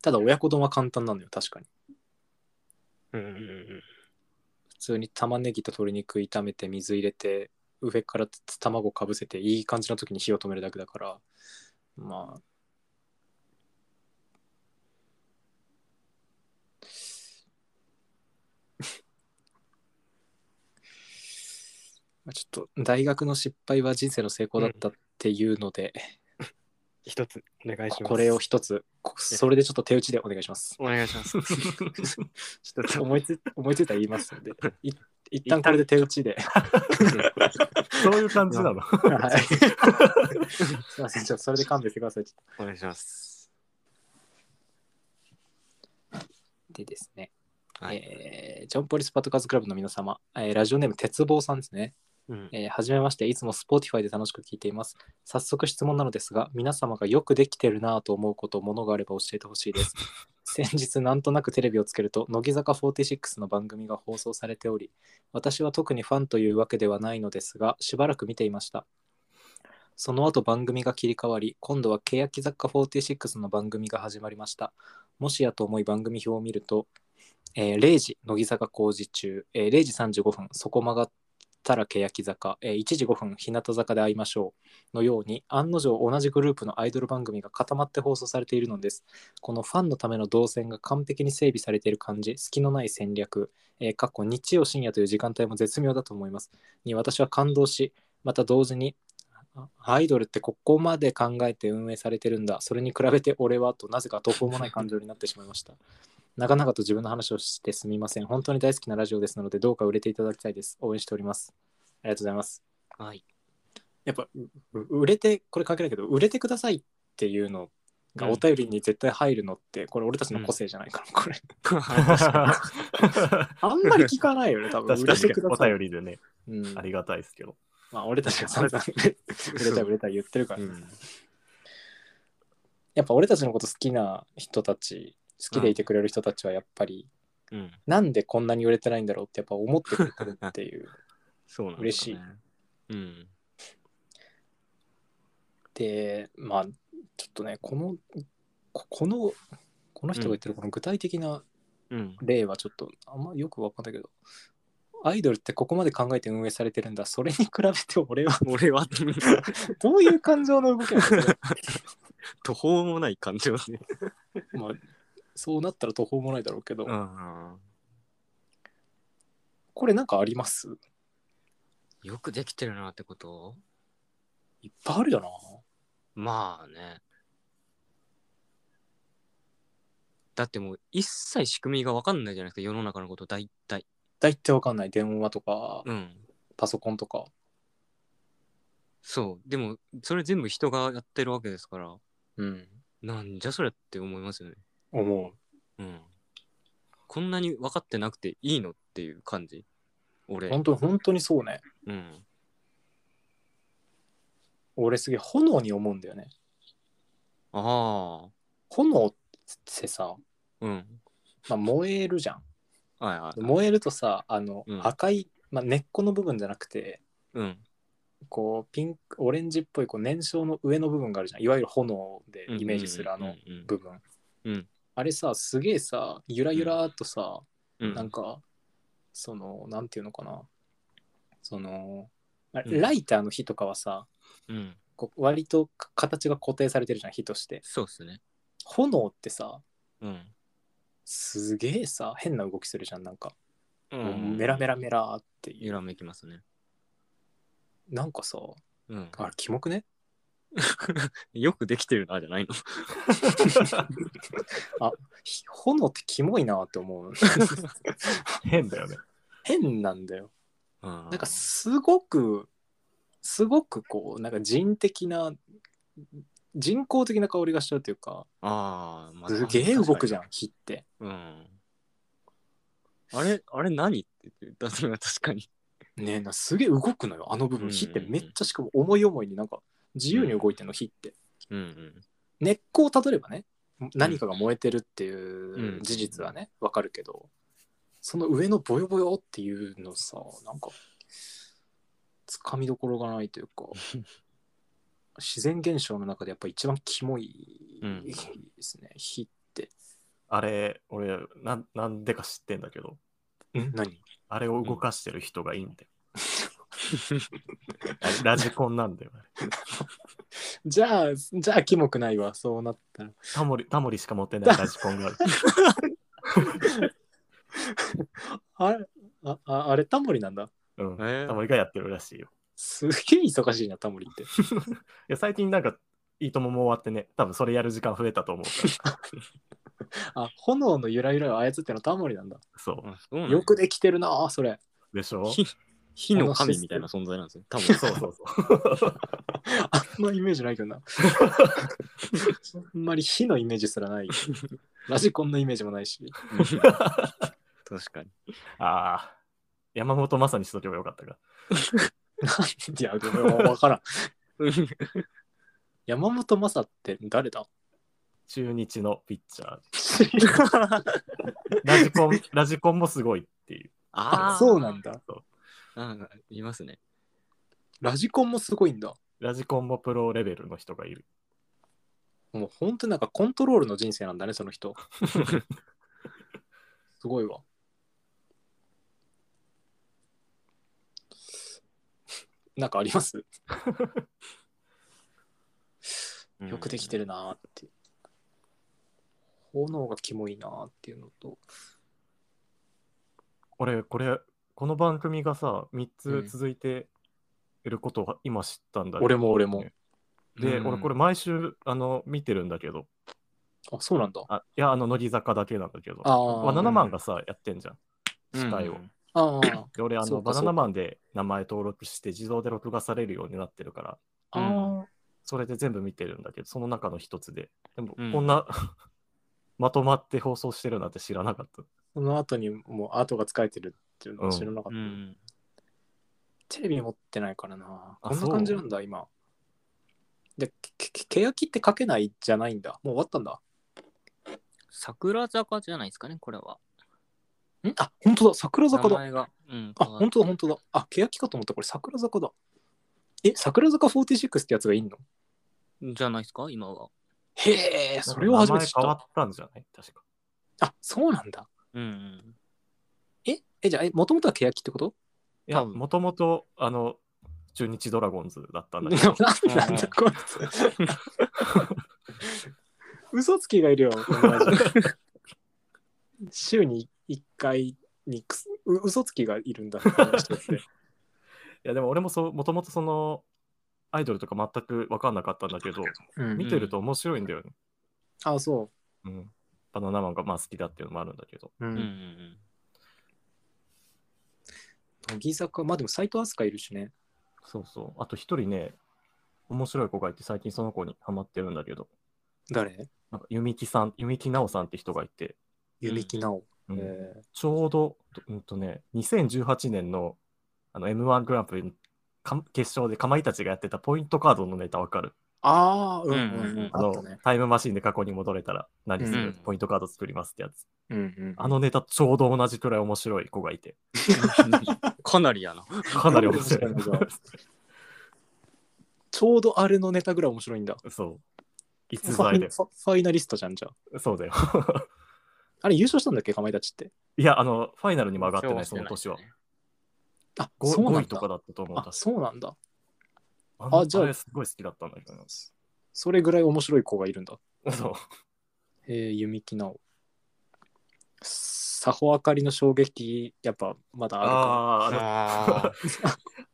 [SPEAKER 1] ただ親子丼は簡単なのよ、確かに。
[SPEAKER 2] うんうんうん
[SPEAKER 1] 普通に玉ねぎと鶏肉炒めて水入れて上から卵かぶせていい感じの時に火を止めるだけだからまあ まあちょっと大学の失敗は人生の成功だったっていうので、
[SPEAKER 2] 一つお願いします。
[SPEAKER 1] これを一つこそれでちょっと手打ちでお願いし ます。
[SPEAKER 2] お願いします。
[SPEAKER 1] ちょっと思いつ思いついたら言いますんで、い一旦これで手打ちで。
[SPEAKER 3] そういう感じなの。
[SPEAKER 1] はい。すいません、ちょっとそれで勘弁してください。ちょっ
[SPEAKER 2] お願いします。
[SPEAKER 1] とでですね、
[SPEAKER 2] はい
[SPEAKER 1] えージョンポリスパトカーズクラブの皆様、えーラジオネーム鉄棒さんですね。
[SPEAKER 2] うん
[SPEAKER 1] えーはじめまして、いつも Spotify で楽しく聞いています。早速質問なのですが、皆様がよくできてるなぁと思うこと、ものがあれば教えてほしい です。先日、なんとなくテレビをつけると、乃木坂46の番組が放送されており、私は特にファンというわけではないのですが、しばらく見ていました。その後番組が切り替わり、今度は欅坂46の番組が始まりました。もしやと思い番組表を見ると、えー0時、乃木坂工事中、えー0時35分、そこ曲がったら欅坂、えー1時5分、日向坂で会いましょうのように、案の定同じグループのアイドル番組が固まって放送されているのです。このファンのための動線が完璧に整備されている感じ、隙のない戦略、えー、かっこ日曜深夜という時間帯も絶妙だと思います。に私は感動し、また同時に、あアイドルってここまで考えて運営されてるんだ、それに比べて俺はとなぜか途方もない感情になってしまいました。長々と自分の話をしてすみません。本当に大好きなラジオですので、どうか売れていただきたいです。応援しております。ありがとうございます。
[SPEAKER 2] はい。
[SPEAKER 1] やっぱ、うう売れて、これ関係ないけど、売れてくださいっていうのがお便りに絶対入るのって、これ俺たちの個性じゃないかな、これ。あんまり聞かないよね、多分。
[SPEAKER 3] 確
[SPEAKER 1] 売
[SPEAKER 3] か
[SPEAKER 1] れて
[SPEAKER 3] に
[SPEAKER 1] くだ
[SPEAKER 3] お
[SPEAKER 1] さい。
[SPEAKER 3] 便りでね、
[SPEAKER 1] うん
[SPEAKER 3] あ、りがたいですけど。
[SPEAKER 1] まあ、俺たちが散々売れたい売れたい言ってるから。
[SPEAKER 2] うん
[SPEAKER 1] やっぱ俺たちのこと好きな人たち好きでいてくれる人たちはやっぱり、
[SPEAKER 4] うん。
[SPEAKER 1] なんでこんなに売れてないんだろうってやっぱ思ってくれてるって いう
[SPEAKER 4] そうなんだ、ね。
[SPEAKER 1] 嬉しい。
[SPEAKER 4] うん。
[SPEAKER 1] でまあちょっとねこのここのこの人が言ってるこの具体的な
[SPEAKER 4] うん。
[SPEAKER 1] 例はちょっとあんまよくわかんないけどアイドルってここまで考えて運営されてるんだそれに比べて俺は
[SPEAKER 4] 俺は
[SPEAKER 1] どういう感情の動きなのかな
[SPEAKER 4] 途方もない感情ですね。
[SPEAKER 1] まあそうなったら途方もないだろうけど、
[SPEAKER 4] ん。
[SPEAKER 1] これなんかあります
[SPEAKER 4] よくできてるなってこと
[SPEAKER 1] いっぱいあるよな
[SPEAKER 4] まあね。だってもう一切仕組みが分かんないじゃないですか、世の中のこと大体。
[SPEAKER 1] 大体わかんない電話とか
[SPEAKER 4] うん。
[SPEAKER 1] パソコンとか
[SPEAKER 4] そう。でも、それ全部人がやってるわけですから、
[SPEAKER 1] うん
[SPEAKER 4] なんじゃそれって思いますよね。
[SPEAKER 1] 思う
[SPEAKER 4] うん。こんなに分かってなくていいのっていう感じ。俺。
[SPEAKER 1] 本当に本当にそうね
[SPEAKER 4] うん。
[SPEAKER 1] 俺すげえ炎に思うんだよね
[SPEAKER 4] ああ。
[SPEAKER 1] 炎ってさ、
[SPEAKER 4] うん。
[SPEAKER 1] まあ、燃えるじゃん
[SPEAKER 4] はいはい。
[SPEAKER 1] 燃えるとさあの、
[SPEAKER 4] うん
[SPEAKER 1] 赤い、まあ、根っこの部分じゃなくて
[SPEAKER 4] うん。
[SPEAKER 1] こうピンクオレンジっぽいこう燃焼の上の部分があるじゃんいわゆる炎でイメージするあの部分、
[SPEAKER 4] うん
[SPEAKER 1] あれさすげえさゆらゆらーっとさ、
[SPEAKER 4] 分
[SPEAKER 1] なんかそのなんていうのかなそのあ
[SPEAKER 4] うん
[SPEAKER 1] ライターの火とかはさ、
[SPEAKER 4] うん。
[SPEAKER 1] こう割とか形が固定されてるじゃん火として
[SPEAKER 4] そうっすね。
[SPEAKER 1] 炎ってさ
[SPEAKER 4] うん。
[SPEAKER 1] すげえさ変な動きするじゃんなんか、
[SPEAKER 4] う
[SPEAKER 1] もうメラメラメラーってい
[SPEAKER 4] 揺
[SPEAKER 1] う
[SPEAKER 4] らめきますね。
[SPEAKER 1] なんかさ
[SPEAKER 4] うん。
[SPEAKER 1] あれキモくね
[SPEAKER 4] よくできてるな、じゃないの。
[SPEAKER 1] ひ炎ってキモいなって思 う
[SPEAKER 3] 変だよね。
[SPEAKER 1] 変なんだよ
[SPEAKER 4] な
[SPEAKER 1] なんかすごくすごくこうなんか人的な人工的な香りがしちゃうというか
[SPEAKER 4] あーまあ、
[SPEAKER 1] すげえ動くじ
[SPEAKER 4] ゃん。
[SPEAKER 1] ゃん火って
[SPEAKER 4] うん。あれ、あれ何って言ってたそれは確かに。
[SPEAKER 1] ねえなすげえ動くのよあの部
[SPEAKER 4] う
[SPEAKER 1] 分
[SPEAKER 4] ん
[SPEAKER 1] 火ってめっちゃしかも思い思いになんか自由に動いてんの火って
[SPEAKER 4] うんうん。
[SPEAKER 1] 根っこをたどればね何かが燃えてるっていう事実はねわかるけどその上のボヨボヨっていうのさなんかつかみどころがないという か自然現象の中でやっぱ一番キモい
[SPEAKER 4] うん
[SPEAKER 1] ですね火って
[SPEAKER 3] あれ、俺なん、なんでか知ってんだけど、
[SPEAKER 1] ん何
[SPEAKER 3] あれを動かしてる人がいいんだよ。あ れラジコンなんだよ。あれ
[SPEAKER 1] じゃあじゃあキモくないわそうなったら
[SPEAKER 3] タモリ、タモリしか持って ないラジコンがある。
[SPEAKER 1] あれあああれタモリなんだ
[SPEAKER 3] うん。
[SPEAKER 4] えー
[SPEAKER 3] タモリがやってるらしいよ。
[SPEAKER 1] すげえ忙しいなタモリ って
[SPEAKER 3] いや、最近なんか、いいともも終わってね、多分それやる時間増えたと思う から。
[SPEAKER 1] あ炎のゆらゆらを操ってるのタモリなんだ。
[SPEAKER 3] そ
[SPEAKER 4] あそうなんだ
[SPEAKER 1] よ くできてるなあそれ。
[SPEAKER 3] う。でしょ
[SPEAKER 4] 火火の神みたいな存在なんですね。多分
[SPEAKER 3] そうそうそう。
[SPEAKER 1] あんまイメージないけど な。あんまり火のイメージすらない。ラジコンのイメージもないし。
[SPEAKER 4] うん確かに。
[SPEAKER 3] ああ。山本まさにしとけばよかったか。
[SPEAKER 1] なんでやるのわからん。山本昌って誰だ
[SPEAKER 3] 中日のピッチャー。ラジコ ン、ラジコンもすごいっていう。
[SPEAKER 1] あ
[SPEAKER 4] ああ、
[SPEAKER 1] そうなんだ。
[SPEAKER 4] なんかいますね。
[SPEAKER 1] ラジコンもすごいんだ。
[SPEAKER 3] ラジコンもプロレベルの人がいる。
[SPEAKER 1] もう本当になんかコントロールの人生なんだね、その 人。すごいわ。なんかありますよくできて
[SPEAKER 4] る。
[SPEAKER 1] るなーって。炎がキモいなーっていうのと。
[SPEAKER 3] 俺、これ、この番組がさ、3
[SPEAKER 4] うん
[SPEAKER 3] つ続いていることを今知ったんだ、
[SPEAKER 1] 俺も俺も。
[SPEAKER 3] で、
[SPEAKER 4] うん
[SPEAKER 3] 俺これ毎週、あの、見てるんだけど、
[SPEAKER 1] あ、そうなんだ。
[SPEAKER 3] あいや、あの、乃木坂だけなんだけど、
[SPEAKER 1] あ
[SPEAKER 3] バ
[SPEAKER 1] ー
[SPEAKER 3] ナナマンがさ、やってんじゃん。司会を。
[SPEAKER 4] うん
[SPEAKER 1] あー
[SPEAKER 3] で、俺、あ
[SPEAKER 1] そ
[SPEAKER 3] の、
[SPEAKER 1] うか
[SPEAKER 3] バ
[SPEAKER 1] そうか
[SPEAKER 3] ナナマンで名前登録して自動で録画されるようになってるから、
[SPEAKER 1] あ
[SPEAKER 4] うん
[SPEAKER 1] ー。
[SPEAKER 3] それで全部見てるんだけど、その中の一つで。でも、
[SPEAKER 4] うん
[SPEAKER 3] こんな、 まとまって放送してるなんて知らなかった。
[SPEAKER 1] その後にもうアートが使えてるっていうのは知らなかった。
[SPEAKER 4] うん
[SPEAKER 1] テレビ持ってないからな。
[SPEAKER 3] あ
[SPEAKER 1] こんな感じなんだ、今。で、けけけやきって書けないじゃないんだ。もう終わったんだ。
[SPEAKER 4] 桜坂じゃないですかね、これは。
[SPEAKER 1] んあ、本当だ。桜坂
[SPEAKER 4] 名
[SPEAKER 1] だ。
[SPEAKER 4] 前が。うん。
[SPEAKER 1] あ、本当だ、本当だ。あ、けやきかと思った。これ桜坂だ。え、桜坂46ってやつがいんの
[SPEAKER 4] じゃないですか、今は。
[SPEAKER 1] へえ、それを初めて知っ
[SPEAKER 3] 名前変わ
[SPEAKER 1] た。
[SPEAKER 3] ったんじゃない確か。
[SPEAKER 1] あ、そうなんだ。
[SPEAKER 4] うん
[SPEAKER 1] え、え、じゃあ、もともとはけやきってこと
[SPEAKER 3] い
[SPEAKER 4] 多
[SPEAKER 3] や、
[SPEAKER 4] 分
[SPEAKER 3] もともと、あの、中日ドラゴンズだったん
[SPEAKER 1] な
[SPEAKER 3] だ
[SPEAKER 1] ん
[SPEAKER 3] け ど、
[SPEAKER 1] なんだこいつ。 嘘つきがいるよ、このラジオ週に1回にくすう嘘つきがいるんだこの人って。
[SPEAKER 3] いやでも俺もそう、もともとその、アイドルとか全く分かんなかったんだけど、
[SPEAKER 1] うん
[SPEAKER 3] 見てると面白いんだよね。
[SPEAKER 1] あ、そ
[SPEAKER 3] うん。バナナマンがまあ好きだっていうのもあるんだけど。
[SPEAKER 1] う。う。
[SPEAKER 4] うん。うんん
[SPEAKER 1] 乃木坂、まあでも斎藤飛鳥いるしね。
[SPEAKER 3] そうそう。あと一人ね、面白い子がいて、最近その子にハマってるんだけど、
[SPEAKER 1] 誰
[SPEAKER 3] なんか、ゆみきさん、ゆみきなおさんって人がいて、
[SPEAKER 1] 弓木奈
[SPEAKER 3] う
[SPEAKER 1] 緒。
[SPEAKER 3] ん
[SPEAKER 1] えー
[SPEAKER 3] ちょうど、うんとね、2018年のあの M1 グランプリか決勝でかまいたちがやってたポイントカードのネタわかる
[SPEAKER 1] ああ、うんう
[SPEAKER 4] うん
[SPEAKER 1] ん
[SPEAKER 4] う
[SPEAKER 1] うんん。
[SPEAKER 3] あ
[SPEAKER 1] あっ
[SPEAKER 3] の
[SPEAKER 1] たね。
[SPEAKER 3] タイムマシンで過去に戻れたら何する、
[SPEAKER 4] うん
[SPEAKER 3] ポイントカード作りますってやつ。
[SPEAKER 1] うんうん。
[SPEAKER 3] あのネタちょうど同じくらい面白い子がいて、
[SPEAKER 4] うん。かなりやな。
[SPEAKER 3] かなり面白い
[SPEAKER 1] なんで面白いの。ちょうどあれのネタぐらい面白いんだ。
[SPEAKER 3] そう。
[SPEAKER 1] フ
[SPEAKER 3] 逸
[SPEAKER 1] ァ
[SPEAKER 3] 材
[SPEAKER 1] イ
[SPEAKER 3] で。
[SPEAKER 1] ファファイナリストじゃんじゃあ。
[SPEAKER 3] そうだよ。
[SPEAKER 1] あれ優勝したんだっけかまいたちって。
[SPEAKER 3] いや、あの、ファイナルにも上がってない、その年は。
[SPEAKER 1] あ、
[SPEAKER 3] 5,
[SPEAKER 1] そうなん
[SPEAKER 3] 位とか
[SPEAKER 1] だ。
[SPEAKER 3] だったと思う。
[SPEAKER 1] あ、
[SPEAKER 3] 確
[SPEAKER 1] そうなんだ。
[SPEAKER 3] かあ
[SPEAKER 1] あじゃあ
[SPEAKER 3] あれすごい好きだったんだけどな。
[SPEAKER 1] それぐらい面白い子がいるんだ。
[SPEAKER 3] そう。
[SPEAKER 1] えー、弓木奈緒。サホあかりの衝撃、やっぱまだあるか
[SPEAKER 3] あーあの
[SPEAKER 2] あ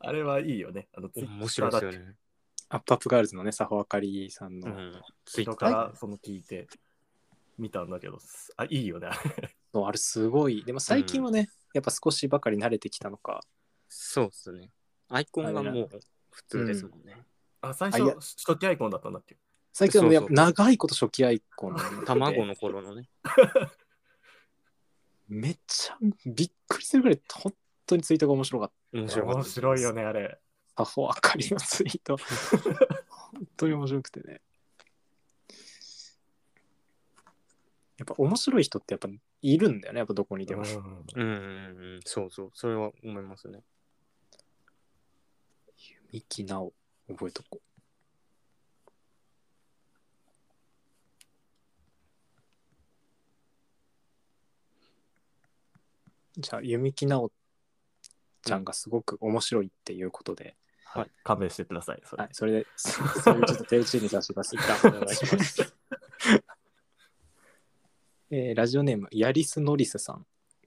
[SPEAKER 3] あれはいいよね。あの
[SPEAKER 2] あ、面白いですよね。
[SPEAKER 1] ら。アップアップガールズのね、サホあかりさんの。
[SPEAKER 2] うん。ツイ
[SPEAKER 3] 人
[SPEAKER 2] ッ
[SPEAKER 3] か
[SPEAKER 2] ター。
[SPEAKER 3] らその聞いて見たんだけど、すあ、いいよね。あ れ
[SPEAKER 1] のあれすごい。でも最近はね、やっぱ少しばかり慣れてきたのか。
[SPEAKER 4] そうっすね。アイコンがもう普通ですもんね。
[SPEAKER 3] あ、最
[SPEAKER 1] あいや
[SPEAKER 3] 初、初期アイコンだったんだっけ
[SPEAKER 1] 最近はもうやっぱ
[SPEAKER 2] そう
[SPEAKER 1] 長いこと初期アイコンなので
[SPEAKER 4] 卵の頃のね。
[SPEAKER 1] めっちゃびっくりするぐらい、本当にツイートが面白かっ
[SPEAKER 4] 面白かった
[SPEAKER 3] 面
[SPEAKER 4] です。
[SPEAKER 3] 白いよね、あれ。
[SPEAKER 1] た。サホあかりのツイート。本当に面白くてね。やっぱ面白い人ってやっぱいるんだよね、やっぱどこにでも。
[SPEAKER 3] う
[SPEAKER 4] う
[SPEAKER 3] ん
[SPEAKER 4] んうんうん。そうそう。それは思いますね。
[SPEAKER 1] ミキナオ覚えとこうじゃあ弓木奈緒ちゃんがすごく面白いっていうことで、
[SPEAKER 3] はい。勘弁してください。それ
[SPEAKER 1] はい、そ れでそそれをちょっと手打ちにさせてください
[SPEAKER 4] 一旦お願いします
[SPEAKER 1] えーラジオネームヤリス・ノリスさん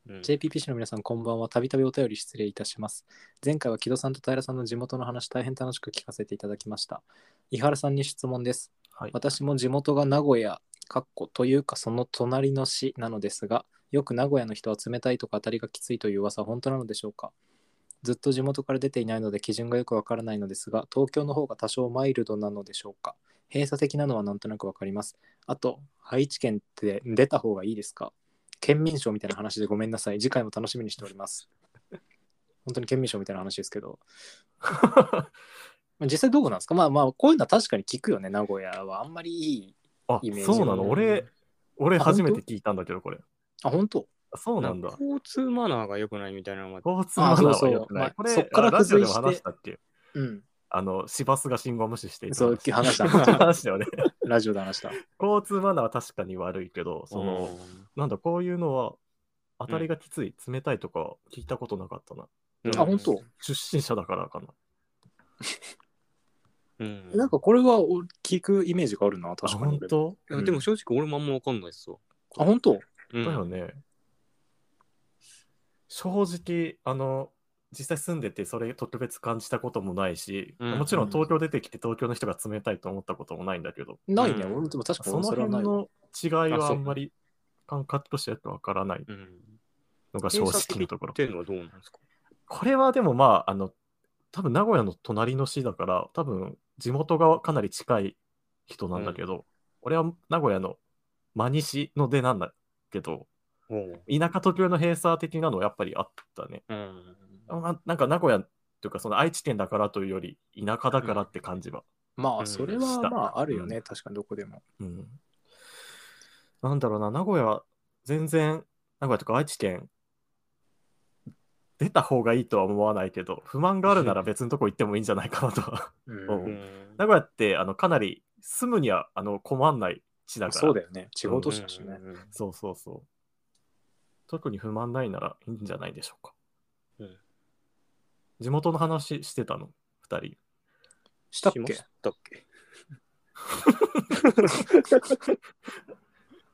[SPEAKER 4] うん
[SPEAKER 1] JPPC の皆さん、こんばんは。たびたびお便り失礼いたします。前回は木戸さんと平さんの地元の話、大変楽しく聞かせていただきました。伊原さんに質問です。
[SPEAKER 3] はい
[SPEAKER 1] 私も地元が名古屋、かっこというかその隣の市なのですが、よく名古屋の人は冷たいとか当たりがきついという噂は本当なのでしょうかずっと地元から出ていないので基準がよくわからないのですが、東京の方が多少マイルドなのでしょうか閉鎖的なのはなんとなくわかります。あと、愛知県って出た方がいいですか県民賞みたいな話でごめんなさい。次回も楽しみにしております。本当に県民賞みたいな話ですけ ど。実際どうなんですかまあまあ、こういうのは確かに聞くよね、名古屋は。あんまりいい。
[SPEAKER 3] あ
[SPEAKER 1] イメー、ジ
[SPEAKER 3] そうなの俺、俺
[SPEAKER 1] あ
[SPEAKER 3] 初めて
[SPEAKER 1] 本
[SPEAKER 3] 聞いたんだけど、これ。
[SPEAKER 1] あ、本当
[SPEAKER 3] あそうなんだ。
[SPEAKER 4] 交通マナーが良くないみたいなのもあって
[SPEAKER 3] 交通マナーは良くな
[SPEAKER 1] あ
[SPEAKER 3] い。
[SPEAKER 1] そうそうまあ
[SPEAKER 3] これ、
[SPEAKER 1] そっから
[SPEAKER 3] あラジオでも
[SPEAKER 1] 付随
[SPEAKER 3] 話
[SPEAKER 1] し
[SPEAKER 3] してたっけ
[SPEAKER 1] うん。
[SPEAKER 3] あの、市バスが信号無視していた
[SPEAKER 1] そう、話した。
[SPEAKER 3] 話だよね。
[SPEAKER 1] ラジオで話した。
[SPEAKER 3] 交通マナーは確かに悪いけど、その、なんだ、こういうのは、当たりがきつい、冷たいとか聞いたことなかったな。
[SPEAKER 4] うん
[SPEAKER 1] あ、本当
[SPEAKER 3] 出身者だからかな。
[SPEAKER 4] うん
[SPEAKER 1] なんかこれはお聞くイメージがあるな、
[SPEAKER 3] あ、
[SPEAKER 1] 確かに
[SPEAKER 3] 本。当
[SPEAKER 4] いやでも正直俺もあんま分かんないっすわ。
[SPEAKER 1] あ、本当
[SPEAKER 4] うん
[SPEAKER 3] だよね。正直、あの、実際住んでてそれ特別感じたこともないし、
[SPEAKER 4] うん
[SPEAKER 3] もちろん東京出てきて東京の人が冷たいと思ったこともないんだけど、
[SPEAKER 1] ないね。
[SPEAKER 4] うん
[SPEAKER 1] 俺でも確か
[SPEAKER 3] そ
[SPEAKER 1] に
[SPEAKER 3] の
[SPEAKER 1] それは
[SPEAKER 3] 辺
[SPEAKER 1] ないわ。
[SPEAKER 3] の違い
[SPEAKER 4] あ
[SPEAKER 3] は
[SPEAKER 4] そ
[SPEAKER 3] あ
[SPEAKER 4] うん
[SPEAKER 3] まり感覚としてよくわからない
[SPEAKER 4] うん。
[SPEAKER 3] のが正直なところ
[SPEAKER 4] っ。ていうのはどうなんですか
[SPEAKER 3] これはでもまあ、あの、多分名古屋の隣の市だから、多分地元がかなり近い人なんだけど、俺は名古屋の真西の出なんだけど、
[SPEAKER 4] おう
[SPEAKER 3] 田舎特有の閉鎖的なのはやっぱりあったね。
[SPEAKER 4] うん。
[SPEAKER 3] あまあなんか名古屋というかその愛知県だからというより田舎だからって感じは
[SPEAKER 1] ま
[SPEAKER 2] う
[SPEAKER 1] あ、
[SPEAKER 2] ん
[SPEAKER 1] それ
[SPEAKER 3] し
[SPEAKER 1] は
[SPEAKER 3] た
[SPEAKER 1] まああるよ
[SPEAKER 3] う
[SPEAKER 1] ね、確かにどこでも。
[SPEAKER 3] うん。なんだろうな、名古屋、全然、名古屋とか愛知県、出た方がいいとは思わないけど、不満がある なら別のとこ行ってもいいんじゃないかなとは。
[SPEAKER 1] う
[SPEAKER 3] うん
[SPEAKER 1] ん、
[SPEAKER 3] 名古屋って、あの、かなり住むには、あの、困んない地だから。
[SPEAKER 1] そうだよね。地方都
[SPEAKER 3] どう
[SPEAKER 1] 市だしね。
[SPEAKER 3] そうそうそう。特に不満ないならいいんじゃないでしょうか。
[SPEAKER 4] うん
[SPEAKER 3] 地元の話してたの、二人。
[SPEAKER 1] したっ
[SPEAKER 4] しま
[SPEAKER 1] け
[SPEAKER 4] したっけ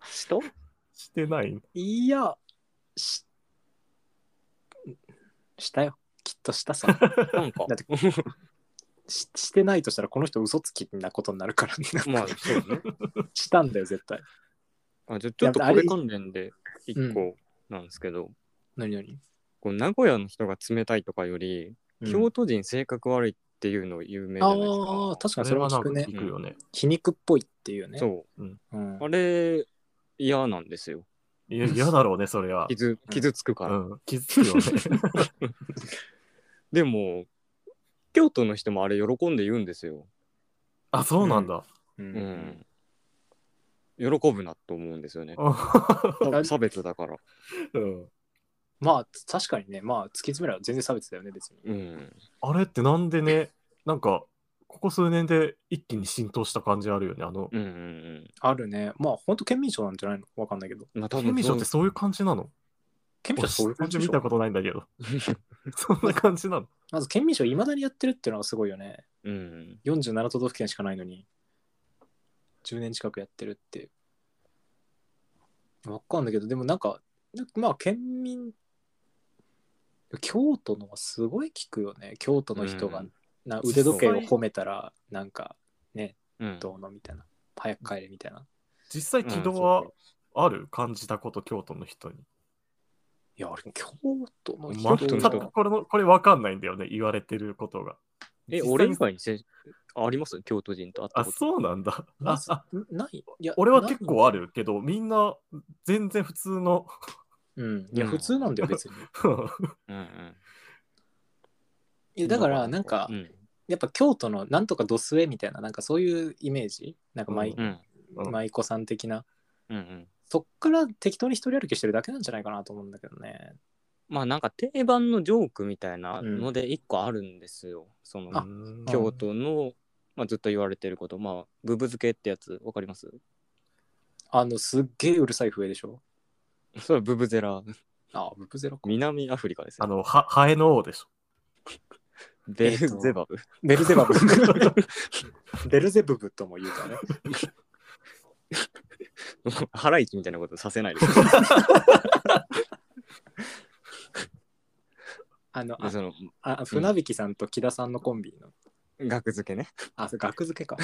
[SPEAKER 1] した
[SPEAKER 3] してないの
[SPEAKER 1] いや、し、したよ。きっとしたさ。だ
[SPEAKER 4] なんか
[SPEAKER 1] っ、て、ししてないとしたらこの人嘘つきなことになるから、
[SPEAKER 4] まあ、そうね。
[SPEAKER 1] したんだよ、絶対。
[SPEAKER 4] あじゃあちょっとこれ関連で一個なんですけど、
[SPEAKER 1] 何何
[SPEAKER 4] こう名古屋の人が冷たいとかより、京都人性格悪いっていうの有名じゃないですか。
[SPEAKER 1] ああ、確かにそれは
[SPEAKER 3] な
[SPEAKER 1] 聞
[SPEAKER 3] んか
[SPEAKER 1] くね。
[SPEAKER 3] 聞くよね。
[SPEAKER 1] 皮肉っぽいっていうね。
[SPEAKER 4] そうう。あ
[SPEAKER 1] ん。
[SPEAKER 4] れ、嫌なんですよ。
[SPEAKER 3] いや嫌だろうね、そ れは。
[SPEAKER 4] 傷傷つくから。
[SPEAKER 3] うん、傷つくよね。
[SPEAKER 4] でも、京都の人もあれ喜んで言うんですよ。
[SPEAKER 3] あ、そうなんだ。
[SPEAKER 1] う
[SPEAKER 4] うんん。喜ぶなと思うんですよね。
[SPEAKER 1] うん
[SPEAKER 4] 差別だから。
[SPEAKER 3] うん
[SPEAKER 1] まあ、確かにね、まあ、突き詰めれば全然差別だよね、別に。
[SPEAKER 4] うん。
[SPEAKER 3] あれってなんでね、なんか、ここ数年で一気に浸透した感じあるよね。あの、
[SPEAKER 4] うんうんうん。
[SPEAKER 1] あるね。まあ、本当県民賞なんじゃないのわかんないけど。
[SPEAKER 4] まあ多
[SPEAKER 3] 県民
[SPEAKER 4] 分そ
[SPEAKER 3] 賞
[SPEAKER 4] う
[SPEAKER 3] ってそういう感じなの
[SPEAKER 1] 県民賞そういう感じ
[SPEAKER 3] 俺
[SPEAKER 1] でし
[SPEAKER 3] 見
[SPEAKER 1] ょ
[SPEAKER 3] たことないんだけど。そんな感じなの
[SPEAKER 1] まず県民賞いまだにやってるっていうのがすごいよね。
[SPEAKER 4] うん。
[SPEAKER 1] 47都道府県しかないのに、10年近くやってるって。わかんないけど、でもなんか、なんかまあ、県民、京都のはすごい聞くよね。京都の人が、
[SPEAKER 4] うん
[SPEAKER 1] な腕時計を褒めたら、なんか、
[SPEAKER 4] うん。
[SPEAKER 1] どうのみたいな。早く帰れみたいな。
[SPEAKER 3] 実際、
[SPEAKER 4] うん
[SPEAKER 3] 軌道はある感じたこと、京都の人に。
[SPEAKER 1] いや、あれ、京都の人
[SPEAKER 3] 全
[SPEAKER 1] は
[SPEAKER 3] くこれの、これわかんないんだよね、言われてることが。
[SPEAKER 4] え、
[SPEAKER 3] 実際
[SPEAKER 4] 俺以外にせあります京都人と会った
[SPEAKER 3] あ、
[SPEAKER 4] こと。
[SPEAKER 3] そうなんだ。
[SPEAKER 1] ま
[SPEAKER 3] あ
[SPEAKER 1] ず
[SPEAKER 3] あ
[SPEAKER 1] ない。いや、
[SPEAKER 3] 俺は結構あ
[SPEAKER 1] る。
[SPEAKER 3] るけど、みんな全然普通の。
[SPEAKER 1] うん。いや、
[SPEAKER 4] うん
[SPEAKER 1] 普通なんだよ、別に。
[SPEAKER 4] うんうん
[SPEAKER 1] いや、だから、なんか、
[SPEAKER 4] うん
[SPEAKER 1] やっぱ京都のなんとかドスエみたいな、なんかそういうイメージなんか舞、
[SPEAKER 4] うん
[SPEAKER 3] うん
[SPEAKER 1] 舞妓さん的な。
[SPEAKER 4] うんうん。
[SPEAKER 1] そっから適当に一人歩きしてるだけなんじゃないかなと思うんだけどね。
[SPEAKER 4] まあなんか定番のジョークみたいなので一個あるんですよ。その
[SPEAKER 1] あ
[SPEAKER 3] うん
[SPEAKER 4] 京都の、まあ、ずっと言われてること、まあ、ブブ漬けってやつ、わかります
[SPEAKER 1] あの、すっげえうるさい笛でしょ。
[SPEAKER 4] それはブブゼラ、
[SPEAKER 1] あ、ブブゼロか。
[SPEAKER 4] 南アフリカです
[SPEAKER 3] あ
[SPEAKER 4] よ。
[SPEAKER 3] の、はハエの王でしょ。
[SPEAKER 4] ベルゼバブ。
[SPEAKER 1] ベルゼバブ。 ベルゼブブとも言うからね。
[SPEAKER 4] ハライチみたいなことさせない で
[SPEAKER 1] あの、
[SPEAKER 4] で
[SPEAKER 1] あ
[SPEAKER 4] その、
[SPEAKER 1] あ船引さんと木田さんのコンビの。
[SPEAKER 4] 額付けね。
[SPEAKER 1] あ、それ額付けか。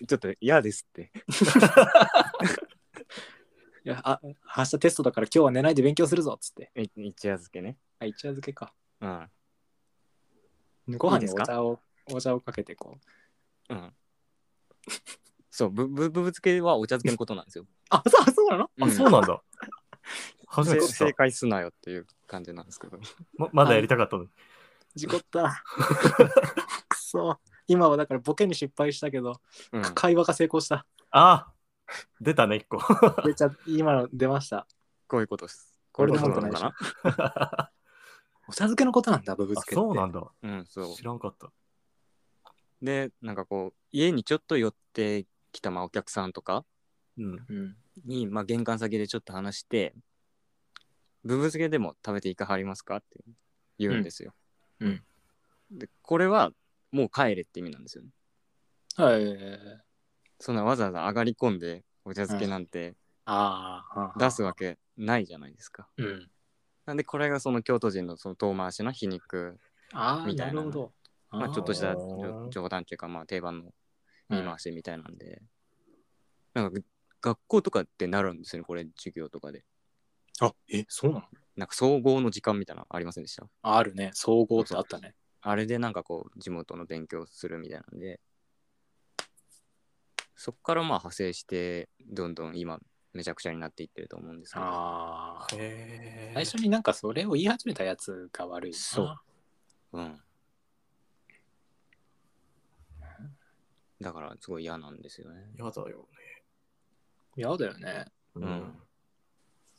[SPEAKER 1] い
[SPEAKER 4] ちょっと嫌ですって。
[SPEAKER 1] や、あ、明日テストだから今日は寝ないで勉強するぞっつって。
[SPEAKER 4] い一夜漬けね。
[SPEAKER 1] あ、一夜漬けか。
[SPEAKER 4] うん。
[SPEAKER 1] ご飯
[SPEAKER 4] いいで
[SPEAKER 1] に
[SPEAKER 4] す
[SPEAKER 1] お
[SPEAKER 4] か
[SPEAKER 1] 茶を、お茶をかけてこう。
[SPEAKER 4] うん。そう、ブブブブ漬けはお茶漬けのことなんですよ。
[SPEAKER 1] あ、そう、そうなの
[SPEAKER 3] あ、そうなんだ。
[SPEAKER 4] うん
[SPEAKER 3] 初めて
[SPEAKER 4] せ
[SPEAKER 3] 知っ
[SPEAKER 4] 正
[SPEAKER 3] た。
[SPEAKER 4] 解すなよっていう感じなんですけど。
[SPEAKER 3] ままだやりたかったのに。
[SPEAKER 1] 事故った。くそ。今はだからボケに失敗したけど、
[SPEAKER 4] うん
[SPEAKER 1] 会話が成功した。
[SPEAKER 3] あ出たね、一個。
[SPEAKER 1] めっちゃ今の出ました。
[SPEAKER 4] こういうことです。
[SPEAKER 1] こ
[SPEAKER 3] れで
[SPEAKER 4] こう
[SPEAKER 3] も
[SPEAKER 4] いうことなのかな
[SPEAKER 3] あ、
[SPEAKER 1] お茶漬けのことなんだ、ブブ漬けって。
[SPEAKER 3] そうなんだ。
[SPEAKER 4] うん、そう。
[SPEAKER 3] 知らんかった。
[SPEAKER 4] でなんかこう家にちょっと寄ってきたまあお客さんとか
[SPEAKER 3] うん。
[SPEAKER 1] うん。
[SPEAKER 4] に、まあ、玄関先でちょっと話して「ブブ漬けでも食べていかはりますか?」って言うんですよ。
[SPEAKER 1] うん
[SPEAKER 4] でこれはもう帰れって意味なんですよね。
[SPEAKER 1] はい。
[SPEAKER 4] そんなわざわざ上がり込んでお茶漬けなんて
[SPEAKER 1] あーあー。
[SPEAKER 4] 出すわけないじゃないですか。
[SPEAKER 1] うん。
[SPEAKER 4] なんでこれがその京都人のその遠回しな皮肉、
[SPEAKER 1] ああ、
[SPEAKER 4] みた
[SPEAKER 1] ない
[SPEAKER 4] な
[SPEAKER 1] るほど。
[SPEAKER 4] まあ、ちょっとした
[SPEAKER 3] あー
[SPEAKER 4] 冗談というかまあ定番の
[SPEAKER 1] う
[SPEAKER 4] 言い
[SPEAKER 1] ん
[SPEAKER 4] 回しみたいなんで、なんか学校とかってなるんですよねこれ授業とかで。
[SPEAKER 1] あ、え、そうなの
[SPEAKER 4] なんか総合の時間みたいなのありませんでした
[SPEAKER 1] ああるね。総合ってあったね。
[SPEAKER 4] あれでなんかこう地元の勉強するみたいなんでそっからまあ派生してどんどん今めちゃくちゃになっていってると思うんですけど
[SPEAKER 1] ああ。
[SPEAKER 3] へ
[SPEAKER 1] 最初になんかそれを言い始めたやつが悪いな。
[SPEAKER 4] そううんだからすごい嫌なんですよね。
[SPEAKER 3] 嫌だよね。
[SPEAKER 1] 嫌だよね。
[SPEAKER 3] うん。
[SPEAKER 4] うん